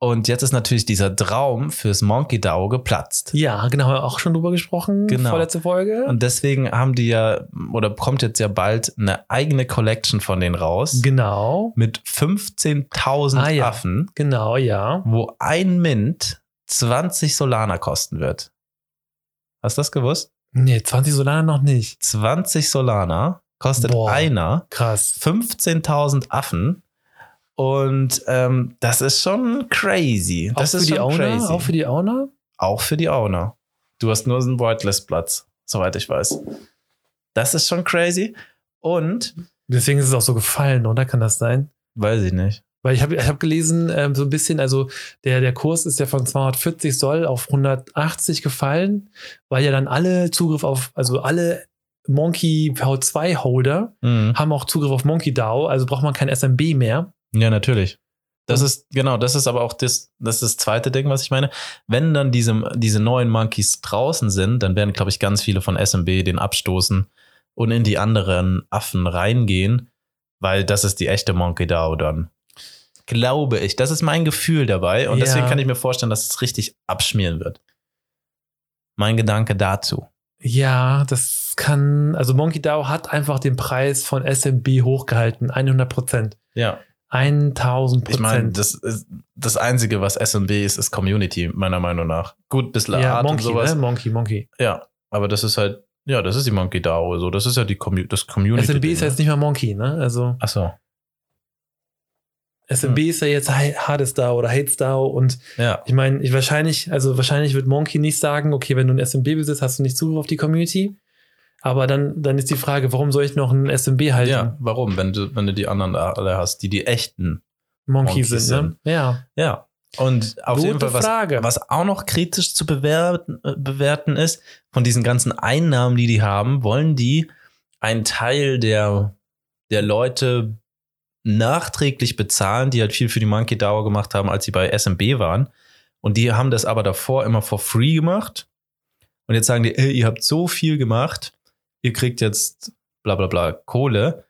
Speaker 1: Und jetzt ist natürlich dieser Traum fürs Monkey DAO geplatzt.
Speaker 2: Ja, genau, haben wir auch schon drüber gesprochen.
Speaker 1: Genau.
Speaker 2: Vorletzte Folge.
Speaker 1: Und deswegen haben die ja, oder kommt jetzt ja bald eine eigene Collection von denen raus.
Speaker 2: genau,
Speaker 1: Mit 15.000
Speaker 2: Ah, ja.
Speaker 1: Affen,
Speaker 2: genau, ja.
Speaker 1: wo ein Mint 20 Solana kosten wird. Hast du das gewusst?
Speaker 2: Nee, 20 Solana noch nicht.
Speaker 1: 20 Solana kostet
Speaker 2: Boah.
Speaker 1: einer.
Speaker 2: Krass.
Speaker 1: 15.000 Affen. Und ähm, das ist schon crazy. Das
Speaker 2: auch
Speaker 1: ist
Speaker 2: für die
Speaker 1: schon
Speaker 2: Owner?
Speaker 1: crazy.
Speaker 2: Auch für die Owner?
Speaker 1: Auch für die Owner. Du hast nur einen Whitelist-Platz, soweit ich weiß. Das ist schon crazy. Und,
Speaker 2: Deswegen ist es auch so gefallen, oder? Kann das sein?
Speaker 1: weiß ich nicht.
Speaker 2: Weil ich habe ich hab gelesen, ähm, so ein bisschen, also der, der Kurs ist ja von 240 Soll auf 180 gefallen, weil ja dann alle Zugriff auf, also alle Monkey
Speaker 1: Mhm.
Speaker 2: V2-Holder haben auch Zugriff auf Monkey DAO, also braucht man kein SMB mehr.
Speaker 1: Ja, natürlich. Das ist, genau, das ist aber auch das, das ist das zweite Ding, was ich meine. Wenn dann diese, diese neuen Monkeys draußen sind, dann werden, glaube ich, ganz viele von SMB den abstoßen und in die anderen Affen reingehen, weil das ist die echte Monkey DAO dann. Glaube ich. Das ist mein Gefühl dabei und
Speaker 2: Ja.
Speaker 1: deswegen kann ich mir vorstellen, dass es richtig abschmieren wird. Mein Gedanke dazu.
Speaker 2: Ja, das kann, also Monkey DAO hat einfach den Preis von SMB hochgehalten, 100 Prozent.
Speaker 1: Ja.
Speaker 2: 1000 Prozent.
Speaker 1: Ich meine, das ist das Einzige, was SMB ist, ist Community, meiner Meinung nach. Gut, bisschen
Speaker 2: ja,
Speaker 1: Art
Speaker 2: Monkey,
Speaker 1: und sowas.
Speaker 2: ne? Monkey, Monkey.
Speaker 1: Ja, aber das ist halt, ja, das ist die Monkey DAO, so, das ist ja die Commu das Community.
Speaker 2: SMB ist ja jetzt nicht mehr Monkey, ne? Also
Speaker 1: Achso,
Speaker 2: SMB
Speaker 1: Hm.
Speaker 2: ist ja jetzt Hi- Hades DAO oder Hates DAO und
Speaker 1: ja.
Speaker 2: ich meine, ich wahrscheinlich, also wahrscheinlich wird Monkey nicht sagen, okay, wenn du ein SMB besitzt, hast du nicht Zugriff auf die Community. Aber dann, dann ist die Frage, warum soll ich noch ein SMB halten?
Speaker 1: Ja, warum? Wenn du, wenn du die anderen da alle hast, die die echten.
Speaker 2: Monkey
Speaker 1: Monkeys
Speaker 2: sind, ne? Ja.
Speaker 1: Ja. Und auf jeden Fall, was,
Speaker 2: Frage.
Speaker 1: was auch noch kritisch zu bewerten, äh, bewerten ist, von diesen ganzen Einnahmen, die die haben, wollen die einen Teil der, der Leute nachträglich bezahlen, die halt viel für die Monkey DAO gemacht haben, als sie bei SMB waren. Und die haben das aber davor immer for free gemacht. Und jetzt sagen die, ey, ihr habt so viel gemacht, ihr kriegt jetzt bla bla bla Kohle.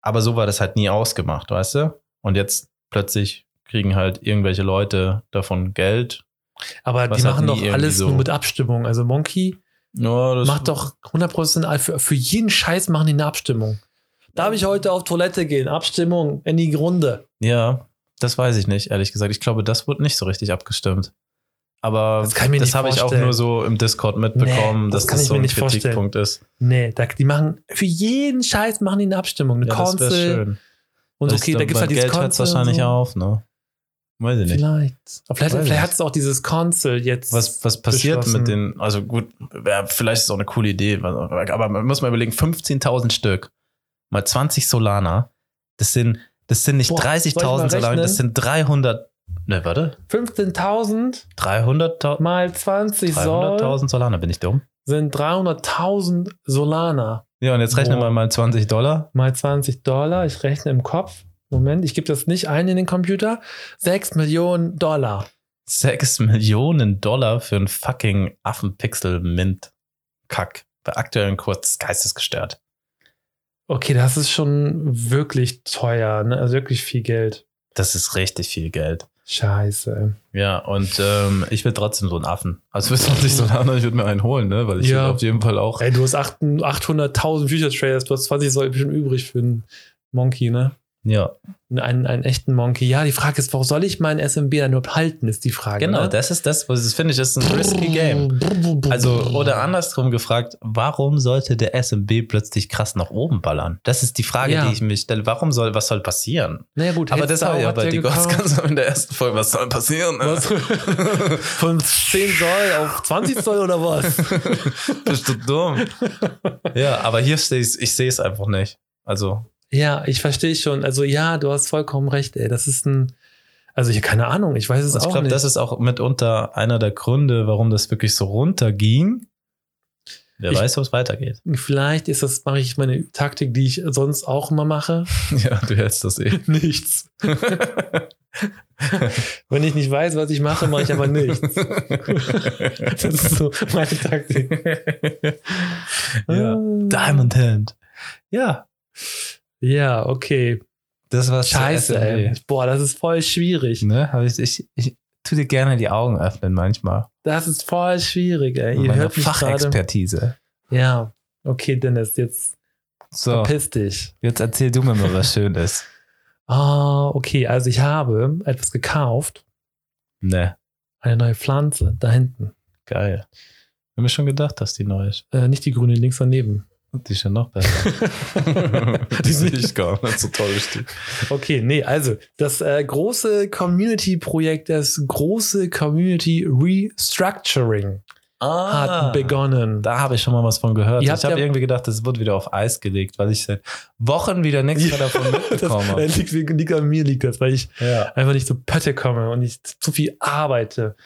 Speaker 1: Aber so war das halt nie ausgemacht, weißt du? Und jetzt plötzlich kriegen halt irgendwelche Leute davon Geld.
Speaker 2: Aber
Speaker 1: was
Speaker 2: die
Speaker 1: hat nie
Speaker 2: machen doch
Speaker 1: irgendwie
Speaker 2: alles
Speaker 1: so-
Speaker 2: nur mit Abstimmung. Also Monkey
Speaker 1: Ja, das
Speaker 2: Macht doch 100% all- für, für jeden Scheiß machen die eine Abstimmung. Darf ich heute auf Toilette gehen? Abstimmung in die Runde.
Speaker 1: Ja, das weiß ich nicht, ehrlich gesagt. Ich glaube, das wurde nicht so richtig abgestimmt. Aber
Speaker 2: Das kann ich mir
Speaker 1: das
Speaker 2: nicht
Speaker 1: habe ich auch
Speaker 2: vorstellen.
Speaker 1: nur so im Discord mitbekommen,
Speaker 2: Nee, das
Speaker 1: dass
Speaker 2: kann
Speaker 1: das
Speaker 2: ich
Speaker 1: so
Speaker 2: mir
Speaker 1: ein
Speaker 2: nicht vorstellen.
Speaker 1: Kritikpunkt ist.
Speaker 2: Nee, da, die machen für jeden Scheiß machen die eine Abstimmung. Eine
Speaker 1: Ja, das wäre
Speaker 2: Council.
Speaker 1: schön.
Speaker 2: Und
Speaker 1: Das
Speaker 2: okay,
Speaker 1: ist
Speaker 2: da
Speaker 1: dann-
Speaker 2: gibt es
Speaker 1: beim
Speaker 2: halt dieses
Speaker 1: Geld
Speaker 2: Council.
Speaker 1: hört's wahrscheinlich
Speaker 2: und so.
Speaker 1: auf, ne? Weiß ich nicht.
Speaker 2: Vielleicht. Aber vielleicht
Speaker 1: Weiß
Speaker 2: vielleicht
Speaker 1: nicht.
Speaker 2: hat es auch dieses Council jetzt.
Speaker 1: Was, was passiert
Speaker 2: beschlossen.
Speaker 1: mit den, also gut, wär, vielleicht ist es auch eine coole Idee, aber man muss mal überlegen, 15.000 Stück mal 20 Solana, das sind, das sind nicht
Speaker 2: Boah, soll ich
Speaker 1: 30.000
Speaker 2: mal
Speaker 1: Solana, das
Speaker 2: rechnen?
Speaker 1: sind 300, ne, warte,
Speaker 2: 15.000
Speaker 1: 300.000
Speaker 2: mal 20 Sol
Speaker 1: 300.000 Solana, bin ich dumm?
Speaker 2: sind 300.000 Solana.
Speaker 1: Ja, und jetzt rechnen
Speaker 2: Boah.
Speaker 1: wir mal 20 Dollar.
Speaker 2: mal 20 Dollar. Ich rechne im Kopf. Moment, ich gebe das nicht ein in den Computer. 6 Millionen Dollar.
Speaker 1: 6 Millionen Dollar für einen fucking Affenpixel-Mint-Kack. Bei aktuellen Kurz geistesgestört.
Speaker 2: Okay, das ist schon wirklich teuer, ne? Also wirklich viel Geld.
Speaker 1: Das ist richtig viel Geld.
Speaker 2: Scheiße.
Speaker 1: Ja, und ähm, ich will trotzdem so einen Affen. Also für 20 Solana, ich würde mir einen holen, ne? Weil ich
Speaker 2: Ja.
Speaker 1: auf jeden Fall auch.
Speaker 2: Ey, du hast acht- 800.000 Future Traders, du hast 20 Soll bestimmt übrig für einen Monkey, ne?
Speaker 1: Ja, Genau,
Speaker 2: Einen, einen echten Monkey. Ja, die Frage ist, warum soll ich meinen SMB dann nur halten, ist die Frage.
Speaker 1: genau,
Speaker 2: ne?
Speaker 1: das ist das, was ich finde, ich, das ist ein risky Game. Also, oder andersrum gefragt, warum sollte der SMB plötzlich krass nach oben ballern? Das ist die Frage,
Speaker 2: Ja.
Speaker 1: die ich mich stelle. Warum soll, was soll passieren?
Speaker 2: Naja, gut,
Speaker 1: Aber
Speaker 2: Hate
Speaker 1: das habe
Speaker 2: Star
Speaker 1: ich ja
Speaker 2: hat
Speaker 1: bei
Speaker 2: ja
Speaker 1: die Gods
Speaker 2: gekauft.
Speaker 1: ganz in der ersten Folge. Was soll passieren?
Speaker 2: Was? Von 10 Soll auf 20 Soll oder was?
Speaker 1: Bist du dumm? ja, aber hier sehe ich ich sehe es einfach nicht. Also,
Speaker 2: Ja, ich verstehe schon. Also ja, du hast vollkommen recht, ey. Das ist ein, also ich keine Ahnung, ich weiß es
Speaker 1: Also, ich
Speaker 2: auch
Speaker 1: glaube,
Speaker 2: nicht.
Speaker 1: das ist auch mitunter einer der Gründe, warum das wirklich so runterging. Wer
Speaker 2: Ich-
Speaker 1: weiß, ob es weitergeht.
Speaker 2: Vielleicht ist das, mache ich meine Taktik, die ich sonst auch immer mache.
Speaker 1: ja, du hältst das eh.
Speaker 2: Nichts. Wenn ich nicht weiß, was ich mache, mache ich aber nichts. Das ist so meine Taktik.
Speaker 1: ja.
Speaker 2: Ah.
Speaker 1: Diamond Hand. Ja,
Speaker 2: Ja, okay.
Speaker 1: das war
Speaker 2: Scheiße, ey. Boah, das ist voll schwierig.
Speaker 1: E. Ne? Hab Ich, ich, ich tu dir gerne die Augen öffnen manchmal.
Speaker 2: Das ist voll schwierig, ey. Ihr
Speaker 1: Meine
Speaker 2: hört mich gerade.
Speaker 1: Fachexpertise.
Speaker 2: Ja. Okay, Dennis, jetzt
Speaker 1: So,
Speaker 2: piss dich.
Speaker 1: jetzt erzähl du mir mal was Schönes.
Speaker 2: Ah, okay. Also ich habe etwas gekauft.
Speaker 1: Ne,
Speaker 2: Eine neue Pflanze da hinten.
Speaker 1: geil. Hab mir schon gedacht, dass die neu ist.
Speaker 2: Äh, nicht die grüne, links daneben.
Speaker 1: Die ist ja noch besser.
Speaker 2: Die ist nicht
Speaker 1: gar nicht so toll bestimmt.
Speaker 2: Okay, nee, also das äh, große Community-Projekt, das große Community Restructuring
Speaker 1: Ah,
Speaker 2: hat begonnen.
Speaker 1: Da habe ich schon mal was von gehört.
Speaker 2: Ihr habt
Speaker 1: ich habe
Speaker 2: ja-
Speaker 1: irgendwie gedacht, das wird wieder auf Eis gelegt, weil ich seit Wochen wieder nichts mehr davon
Speaker 2: Das,
Speaker 1: mitbekommen
Speaker 2: äh,
Speaker 1: habe.
Speaker 2: liegt, liegt an mir, liegt das, weil ich
Speaker 1: Ja.
Speaker 2: einfach nicht zu Pötte komme und nicht zu viel arbeite.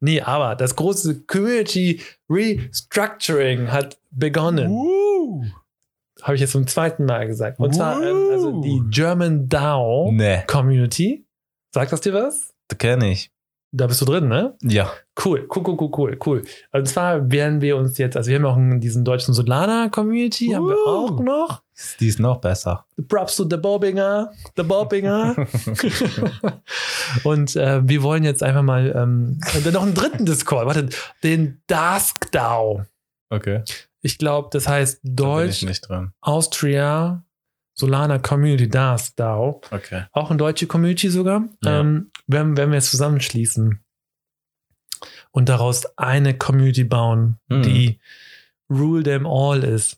Speaker 2: Nee, aber das große Community Restructuring hat begonnen.
Speaker 1: Uh.
Speaker 2: Habe ich jetzt zum zweiten Mal gesagt. Und zwar ähm, also die German DAO
Speaker 1: Ne.
Speaker 2: Community Sagt das dir was?
Speaker 1: Das kenne ich.
Speaker 2: Da bist du drin, ne?
Speaker 1: Ja.
Speaker 2: Cool, cool, cool, cool, cool, cool. Also und zwar werden wir uns jetzt, also wir haben auch in diesen deutschen Solana-Community, haben wir
Speaker 1: Uh.
Speaker 2: auch noch.
Speaker 1: Die ist noch besser.
Speaker 2: Props to the Bobinger, the Bobinger. und äh, wir wollen jetzt einfach mal ähm, dann noch einen dritten Discord, warte, den DASKDAO.
Speaker 1: Okay.
Speaker 2: Ich glaube, das heißt
Speaker 1: Da bin ich
Speaker 2: Deutsch,
Speaker 1: nicht drin.
Speaker 2: Austria, Solana Community DASKDAO.
Speaker 1: Okay.
Speaker 2: auch eine deutsche Community sogar,
Speaker 1: Ja.
Speaker 2: ähm, wenn, wenn wir es zusammenschließen und daraus eine Community bauen,
Speaker 1: Mhm.
Speaker 2: die Rule Them All ist.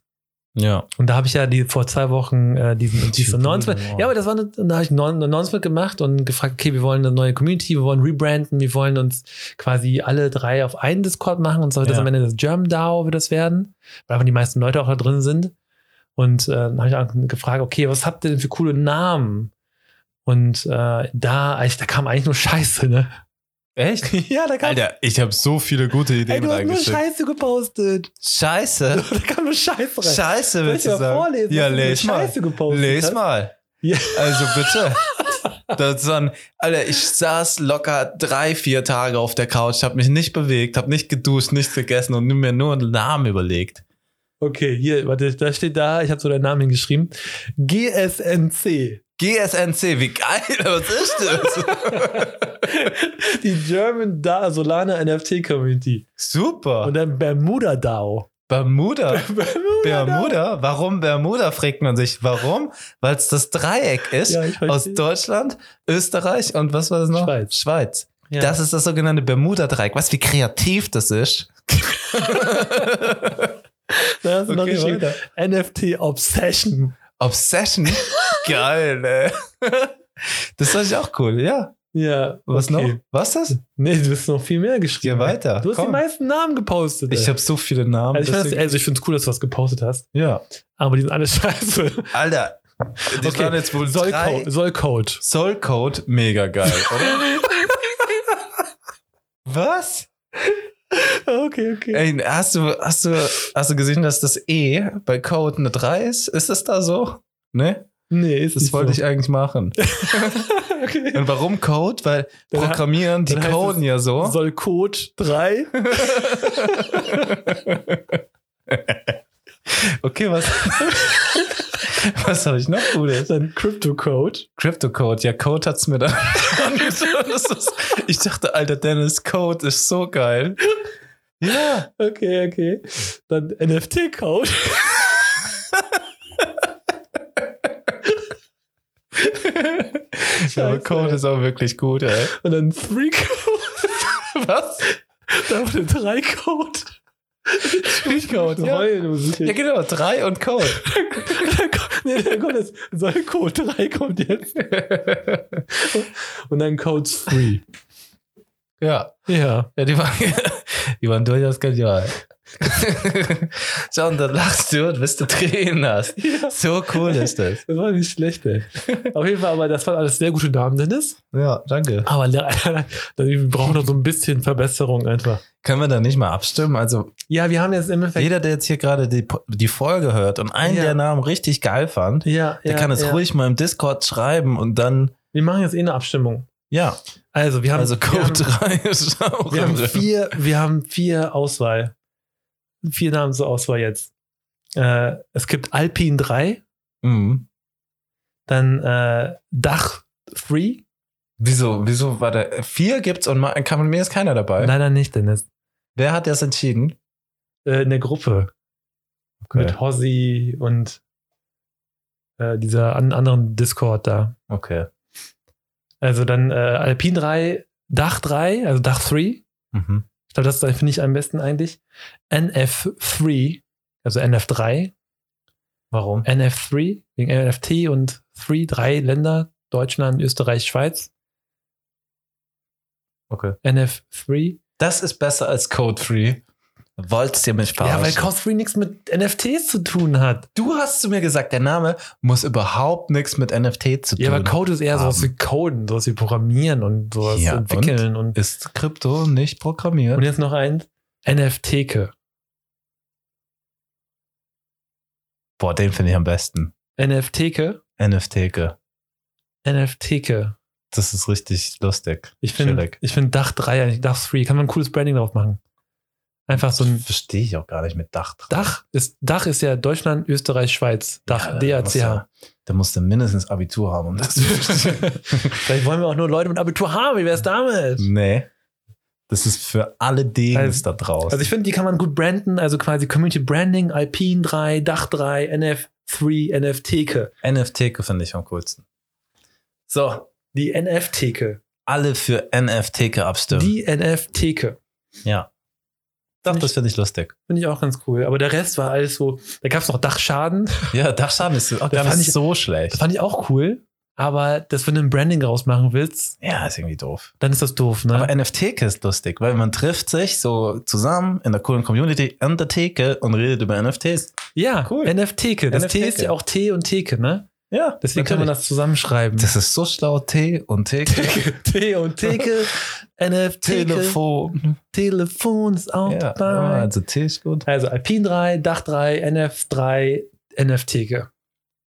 Speaker 1: Ja.
Speaker 2: Und da habe ich ja die vor zwei Wochen äh, diesen, diesen
Speaker 1: Rule
Speaker 2: Announcement.
Speaker 1: Them All.
Speaker 2: Ja, aber das war eine, da habe ich ein Announcement gemacht und gefragt, okay, wir wollen eine neue Community, wir wollen rebranden, wir wollen uns quasi alle drei auf einen Discord machen und so wird das
Speaker 1: Ja.
Speaker 2: am Ende das German DAO wird das werden, weil einfach die meisten Leute auch da drin sind. Und äh, dann habe ich auch gefragt, okay, was habt ihr denn für coole Namen? Und äh, da, eigentlich, da kam eigentlich nur Scheiße, ne?
Speaker 1: Echt?
Speaker 2: ja, da kam
Speaker 1: Alter, ich habe so viele gute
Speaker 2: ey,
Speaker 1: Ideen
Speaker 2: du hast nur
Speaker 1: reingeschickt.
Speaker 2: Scheiße gepostet.
Speaker 1: Scheiße.
Speaker 2: da kam nur Scheiße rein.
Speaker 1: Scheiße,
Speaker 2: Soll ich
Speaker 1: willst
Speaker 2: dir
Speaker 1: du
Speaker 2: mal
Speaker 1: sagen?
Speaker 2: vorlesen,
Speaker 1: ja,
Speaker 2: was du für
Speaker 1: les mal.
Speaker 2: Scheiße gepostet
Speaker 1: Les
Speaker 2: hast?
Speaker 1: mal.
Speaker 2: Ja.
Speaker 1: Also bitte. Das ist so ein, Alter, ich saß locker drei, vier Tage auf der Couch, habe mich nicht bewegt, habe nicht geduscht, nichts gegessen und mir nur einen Namen überlegt.
Speaker 2: Okay, hier, warte, da steht da, ich habe so deinen Namen hingeschrieben. GSNC.
Speaker 1: GSNC, wie geil, was ist das?
Speaker 2: Die German da Solana NFT Community.
Speaker 1: Super.
Speaker 2: Und dann Bermuda DAO.
Speaker 1: Bermuda.
Speaker 2: Bermuda.
Speaker 1: Bermuda? Warum Bermuda, fragt man sich. Warum? Weil es das Dreieck ist
Speaker 2: Ja, ich verstehe.
Speaker 1: aus Deutschland, Österreich und was war das noch?
Speaker 2: Schweiz.
Speaker 1: Schweiz.
Speaker 2: Ja.
Speaker 1: Das ist das sogenannte Bermuda-Dreieck. Was, wie kreativ das ist.
Speaker 2: Da hast du noch
Speaker 1: Okay,
Speaker 2: geschrieben.
Speaker 1: weiter.
Speaker 2: NFT Obsession.
Speaker 1: Obsession? Geil, ey. Das fand ich auch cool, ja.
Speaker 2: Ja.
Speaker 1: Was
Speaker 2: okay.
Speaker 1: noch? Was das?
Speaker 2: Nee, du hast noch viel mehr
Speaker 1: Geh
Speaker 2: geschrieben.
Speaker 1: weiter.
Speaker 2: Du hast die
Speaker 1: Komm.
Speaker 2: meisten Namen gepostet.
Speaker 1: ich
Speaker 2: ey.
Speaker 1: habe so viele Namen.
Speaker 2: also ich, find das,
Speaker 1: deswegen-
Speaker 2: also ich finde es cool, dass du was gepostet hast,
Speaker 1: ja.
Speaker 2: aber die sind alle scheiße.
Speaker 1: Alter, die
Speaker 2: Okay.
Speaker 1: waren jetzt wohl drei.
Speaker 2: Sollcode. Sollcode.
Speaker 1: Soul Code, mega geil, oder? Was?
Speaker 2: Okay, okay.
Speaker 1: Ey, hast du, hast, du, hast du gesehen, dass das E bei Code eine 3 ist? Ist das da so? Ne?
Speaker 2: Nee, ist
Speaker 1: Das
Speaker 2: nicht
Speaker 1: wollte
Speaker 2: so.
Speaker 1: ich eigentlich machen.
Speaker 2: Okay.
Speaker 1: Und warum Code? Weil
Speaker 2: Dann ha-
Speaker 1: Programmieren, die
Speaker 2: dann heißt es
Speaker 1: coden ja so.
Speaker 2: Soll Code 3.
Speaker 1: Okay, was? was habe ich noch Gutes?
Speaker 2: Dann Crypto-Code.
Speaker 1: Crypto-Code. Ja, Code hat's mir dann angetan. Das ist- Ich dachte, alter Dennis, Code ist so geil. Ja.
Speaker 2: Okay, okay. Dann NFT-Code.
Speaker 1: Ja, aber Code ist auch wirklich gut, ey.
Speaker 2: Und dann 3-Code.
Speaker 1: Was?
Speaker 2: Dann 3-Code.
Speaker 1: Ich Code, ja. genau.
Speaker 2: Heulen muss ich
Speaker 1: Ja,
Speaker 2: jetzt.
Speaker 1: genau. Drei und Code.
Speaker 2: Nee, der Code ist soll Code 3 kommt jetzt. Und dann Code 3.
Speaker 1: ja.
Speaker 2: Ja.
Speaker 1: ja, die waren, die waren durchaus genial. John, da lachst du und bist du Tränen hast.
Speaker 2: ja.
Speaker 1: So cool ist das.
Speaker 2: Das war nicht schlecht, ey. Auf jeden Fall, aber das waren alles sehr gute Damen, Dennis.
Speaker 1: Ja, danke.
Speaker 2: Aber le- wir brauchen noch so ein bisschen Verbesserung einfach.
Speaker 1: Können wir da nicht mal abstimmen? Also,
Speaker 2: Ja, wir haben jetzt im Endeffekt.
Speaker 1: jeder, der jetzt hier gerade die, die Folge hört und einen
Speaker 2: Ja.
Speaker 1: der Namen richtig geil fand,
Speaker 2: ja,
Speaker 1: der
Speaker 2: ja,
Speaker 1: kann es
Speaker 2: ja.
Speaker 1: ruhig mal im Discord schreiben und dann,
Speaker 2: Wir machen jetzt eh eine Abstimmung.
Speaker 1: ja,
Speaker 2: Also, wir haben,
Speaker 1: also
Speaker 2: wir haben,
Speaker 1: Code 3 ist auch
Speaker 2: wir haben
Speaker 1: drin.
Speaker 2: vier, wir haben vier Auswahl. Vier Namen zur Auswahl jetzt. Äh, es gibt Alpine 3,
Speaker 1: Mhm.
Speaker 2: dann äh, Dach 3.
Speaker 1: Wieso, wieso war da, vier gibt's und ma- kann, mir ist keiner dabei.
Speaker 2: Leider nicht, Dennis.
Speaker 1: Wer hat das entschieden?
Speaker 2: Äh, in der Gruppe.
Speaker 1: Okay.
Speaker 2: Mit Hossi und äh, dieser an, anderen Discord da.
Speaker 1: Okay.
Speaker 2: Also dann äh, Alpine 3, Dach 3, also Dach 3.
Speaker 1: Mhm.
Speaker 2: Ich glaube, das ist- finde ich am besten eigentlich. NF3, also NF3.
Speaker 1: Warum?
Speaker 2: NF3 wegen NFT und 3, drei Länder, Deutschland, Österreich, Schweiz.
Speaker 1: Okay.
Speaker 2: NF3.
Speaker 1: Das ist besser als Code 3. Wolltest ihr mich
Speaker 2: Ja, weil
Speaker 1: verarschen?
Speaker 2: Cause 3 nichts mit NFTs zu tun hat.
Speaker 1: du hast zu mir gesagt, der Name muss überhaupt nichts mit NFT zu tun.
Speaker 2: Ja, aber Code ist eher
Speaker 1: haben.
Speaker 2: sowas wie Coden, sowas wie Programmieren und sowas
Speaker 1: Ja,
Speaker 2: entwickeln. Und?
Speaker 1: ist Krypto nicht
Speaker 2: Und,
Speaker 1: programmiert?
Speaker 2: jetzt noch eins. NFTke.
Speaker 1: Boah, den finde ich am besten.
Speaker 2: NFTke.
Speaker 1: NFTke.
Speaker 2: NFTke.
Speaker 1: Das ist richtig lustig.
Speaker 2: Ich finde
Speaker 1: Chillig.
Speaker 2: ich find Dach 3 eigentlich, Dach 3, kann man ein cooles Branding drauf machen. Einfach so ein
Speaker 1: verstehe ich auch gar nicht mit Dach. dran.
Speaker 2: Dach ist, Dach ist ja Deutschland, Österreich, Schweiz. Dach,
Speaker 1: Ja, da musst
Speaker 2: DACH.
Speaker 1: du- Da musst du mindestens Abitur haben, um das zu verstehen.
Speaker 2: Vielleicht wollen wir auch nur Leute mit Abitur haben, wie wär's damit?
Speaker 1: nee. Das ist für alle Degens
Speaker 2: Also-
Speaker 1: da draußen.
Speaker 2: Also ich finde, die kann man gut branden, also quasi Community Branding, Alpine 3, Dach 3, NF3, NFTeke.
Speaker 1: NFT finde ich am coolsten. So,
Speaker 2: Die NFTeke.
Speaker 1: alle für NFT abstimmen.
Speaker 2: Die NFTeke.
Speaker 1: ja. Doch, das finde ich lustig.
Speaker 2: Finde ich auch ganz cool. Aber der Rest war alles so, da gab es noch Dachschaden.
Speaker 1: Ja, Dachschaden ist, oh, das
Speaker 2: fand
Speaker 1: ist
Speaker 2: ich-
Speaker 1: so
Speaker 2: Das
Speaker 1: schlecht.
Speaker 2: fand ich auch cool. Aber das, wenn du ein Branding draus machen willst,
Speaker 1: Ja, ist irgendwie doof.
Speaker 2: dann ist das doof, ne?
Speaker 1: Aber NFT ist lustig, weil man trifft sich so zusammen in der coolen Community an der Theke und redet über NFTs.
Speaker 2: ja,
Speaker 1: Cool.
Speaker 2: NFTeke. Das T
Speaker 1: NFTeke.
Speaker 2: ist ja auch T und Theke, ne?
Speaker 1: Ja,
Speaker 2: Deswegen kann man das zusammenschreiben.
Speaker 1: Das ist so schlau, T und Theke.
Speaker 2: T und Theke, NFTeke,
Speaker 1: Telefon.
Speaker 2: Telefon ist auch
Speaker 1: Ja, ja,
Speaker 2: dabei.
Speaker 1: also T ist gut.
Speaker 2: Also Alpine 3, Dach 3, NF 3, NFTeke.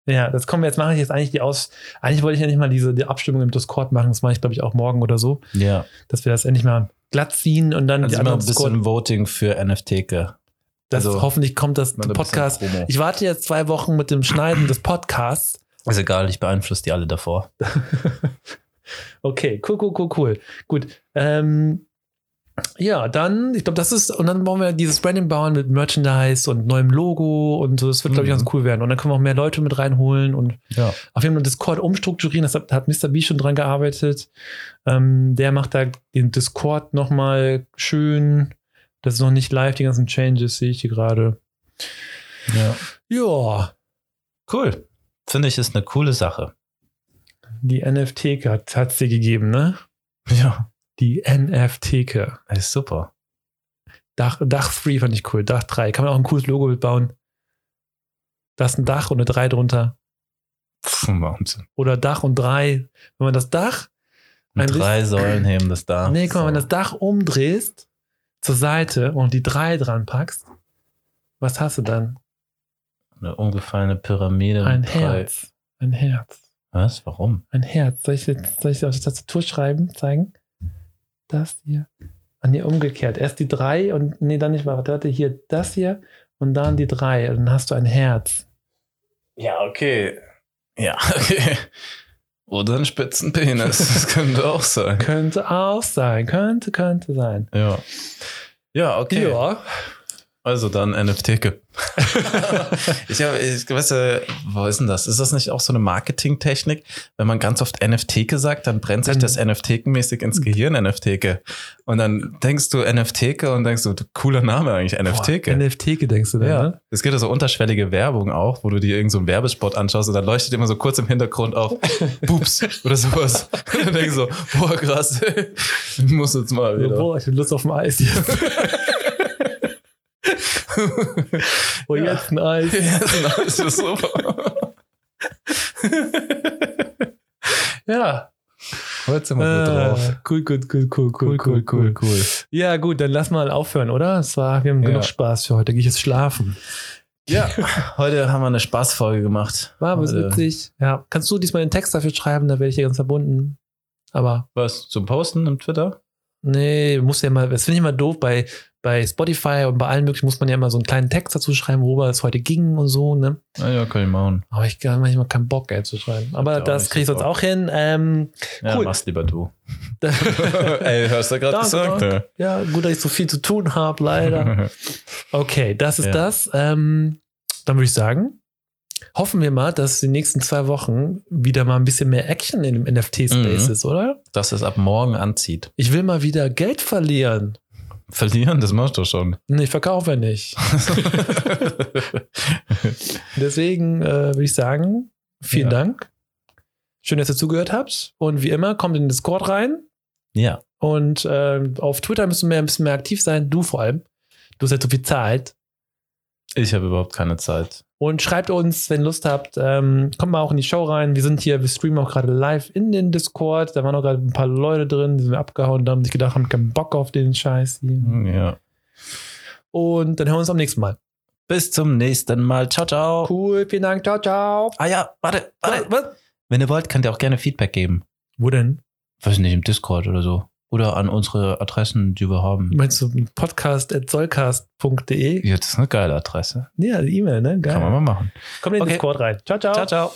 Speaker 2: Ja, das kommen wir jetzt. Mache ich jetzt eigentlich die Aus. Eigentlich wollte ich ja nicht mal diese die Abstimmung im Discord machen. Das mache ich, glaube ich, auch morgen oder so,
Speaker 1: Ja.
Speaker 2: dass wir das endlich mal glatt ziehen und dann die
Speaker 1: Also immer ein
Speaker 2: anderen Discord.
Speaker 1: bisschen Voting für NFTke.
Speaker 2: Das
Speaker 1: also-
Speaker 2: hoffentlich kommt das
Speaker 1: Mal ein bisschen
Speaker 2: Podcast.
Speaker 1: Promo.
Speaker 2: Ich warte jetzt zwei Wochen mit dem Schneiden des Podcasts.
Speaker 1: Ist egal, ich beeinflusse die alle davor.
Speaker 2: Okay, cool, cool, cool, cool. Gut. Ähm, ja, dann, ich glaube, das ist, und dann wollen wir dieses Branding bauen mit Merchandise und neuem Logo und so. Das wird, glaube ich,
Speaker 1: Mhm.
Speaker 2: ganz cool werden. Und dann können wir auch mehr Leute mit reinholen und
Speaker 1: Ja.
Speaker 2: auf jeden Fall Discord umstrukturieren. Das hat, hat Mr. B schon dran gearbeitet. Ähm, der macht da den Discord nochmal schön. Das ist noch nicht live, die ganzen Changes sehe ich hier gerade.
Speaker 1: ja.
Speaker 2: Ja,
Speaker 1: Cool. Finde ich, ist eine coole Sache.
Speaker 2: die NFT hat es dir gegeben, ne?
Speaker 1: Ja.
Speaker 2: Die NFT.
Speaker 1: Ist super.
Speaker 2: Dach, Dach 3 fand ich cool. Dach 3. Kann man auch ein cooles Logo mitbauen. Da ist ein Dach und eine 3 drunter.
Speaker 1: Pff, Wahnsinn.
Speaker 2: Oder Dach und 3. Wenn man das Dach, Ein
Speaker 1: Mit
Speaker 2: bisschen-
Speaker 1: drei Säulen heben das da.
Speaker 2: nee, guck mal,
Speaker 1: So.
Speaker 2: wenn das Dach umdrehst zur Seite und die 3 dran packst, was hast du dann?
Speaker 1: Eine umgefallene Pyramide. mit
Speaker 2: Ein
Speaker 1: drei-
Speaker 2: Herz. Ein Herz.
Speaker 1: Was? Warum?
Speaker 2: Ein Herz. Soll ich jetzt soll ich das auf die Tastatur schreiben, zeigen? Das hier. Ah, nee, umgekehrt. Erst die 3 und, nee, dann nicht, warte, warte, hier das hier und dann die 3. Dann hast du ein Herz.
Speaker 1: Ja, okay. Ja, okay. Oder einen spitzen Penis. Das könnte auch sein.
Speaker 2: Könnte auch sein. Könnte, könnte sein.
Speaker 1: Ja. Ja, okay.
Speaker 2: Ja.
Speaker 1: Also dann NFTke. ich habe, ich weiß, äh, wo ist denn das? Ist das nicht auch so eine Marketingtechnik? Wenn man ganz oft NFTke sagt, dann brennt sich
Speaker 2: Dann-
Speaker 1: das NFTken-mäßig ins Gehirn, NFTke. Und dann denkst du NFTke und denkst du, du, cooler Name eigentlich,
Speaker 2: Boah,
Speaker 1: NFTke.
Speaker 2: NFTke denkst du da,
Speaker 1: Ja.
Speaker 2: ne?
Speaker 1: Es gibt ja so unterschwellige Werbung auch, wo du dir irgendeinen so einen Werbespot anschaust und dann leuchtet immer so kurz im Hintergrund auf, Boobs oder sowas. Und dann denkst du so, boah, krass, ich muss jetzt mal
Speaker 2: Also,
Speaker 1: wieder.
Speaker 2: boah, ich hab Lust auf ein Eis jetzt. Oh,
Speaker 1: Ja.
Speaker 2: jetzt ein Eis.
Speaker 1: Ja, das ist super.
Speaker 2: Ja.
Speaker 1: Heute sind wir gut drauf.
Speaker 2: Äh, Cool, cool, cool, cool, cool, cool, cool.
Speaker 1: cool.
Speaker 2: Ja, gut, dann lass mal aufhören, oder? Es war, wir haben
Speaker 1: Ja.
Speaker 2: genug Spaß für heute. Gehe ich jetzt schlafen.
Speaker 1: Ja, heute haben wir eine Spaßfolge gemacht. Äh,
Speaker 2: War aber
Speaker 1: Heute-
Speaker 2: witzig. Äh, Ja. Kannst du diesmal den Text dafür schreiben? Da werde ich dir ganz verbunden. Aber
Speaker 1: Was zum Posten im Twitter?
Speaker 2: nee, muss ja mal, das finde ich immer doof. Bei, bei Spotify und bei allen möglichen muss man ja immer so einen kleinen Text dazu schreiben, worüber es heute ging und so, ne?
Speaker 1: Ah, ja, kann ich machen.
Speaker 2: Aber ich habe manchmal keinen Bock, ey, zu schreiben. Aber
Speaker 1: ja auch
Speaker 2: das
Speaker 1: nicht
Speaker 2: kriege ich
Speaker 1: so
Speaker 2: sonst
Speaker 1: Bock.
Speaker 2: auch hin. Ähm,
Speaker 1: Ja,
Speaker 2: Cool.
Speaker 1: mach's lieber du.
Speaker 2: da,
Speaker 1: Ey, hörst du gerade
Speaker 2: Danke,
Speaker 1: gesagt?
Speaker 2: ja, gut, dass ich so viel zu tun habe, leider.
Speaker 1: ne?
Speaker 2: Okay, das ist
Speaker 1: Ja.
Speaker 2: das. Ähm, dann würde ich sagen, hoffen wir mal, dass die nächsten zwei Wochen wieder mal ein bisschen mehr Action in dem NFT-Space
Speaker 1: Mhm.
Speaker 2: ist, oder?
Speaker 1: Dass es ab morgen anzieht.
Speaker 2: Ich will mal wieder Geld verlieren.
Speaker 1: Verlieren, das machst du schon.
Speaker 2: Nee, ich verkaufe nicht. Deswegen äh, würde ich sagen, vielen
Speaker 1: Ja.
Speaker 2: Dank. Schön, dass ihr zugehört habt. Und wie immer, kommt in den Discord rein.
Speaker 1: ja,
Speaker 2: Und ähm, auf Twitter müssen wir ein bisschen mehr aktiv sein, du vor allem. Du hast ja zu viel Zeit.
Speaker 1: ich habe überhaupt keine Zeit.
Speaker 2: Und schreibt uns, wenn ihr Lust habt, ähm, kommt mal auch in die Show rein. Wir sind hier, wir streamen auch gerade live in den Discord. Da waren auch gerade ein paar Leute drin, die sind abgehauen, da haben sich gedacht, haben keinen Bock auf den Scheiß hier.
Speaker 1: Ja.
Speaker 2: Und dann hören wir uns am nächsten Mal.
Speaker 1: Bis zum nächsten Mal. Ciao, ciao.
Speaker 2: Cool, vielen Dank, ciao, ciao.
Speaker 1: Ah ja, warte, warte.
Speaker 2: Was?
Speaker 1: Wenn ihr wollt, könnt ihr auch gerne Feedback geben.
Speaker 2: Wo denn?
Speaker 1: weiß nicht, im Discord oder so. Oder an unsere Adressen, die wir haben.
Speaker 2: Meinst du podcast.solcast.de?
Speaker 1: Ja, das ist eine geile Adresse.
Speaker 2: Ja, die E-Mail, ne? Geil.
Speaker 1: Kann man mal machen.
Speaker 2: Komm in den
Speaker 1: Okay.
Speaker 2: Discord rein. Ciao, ciao.
Speaker 1: Ciao, ciao.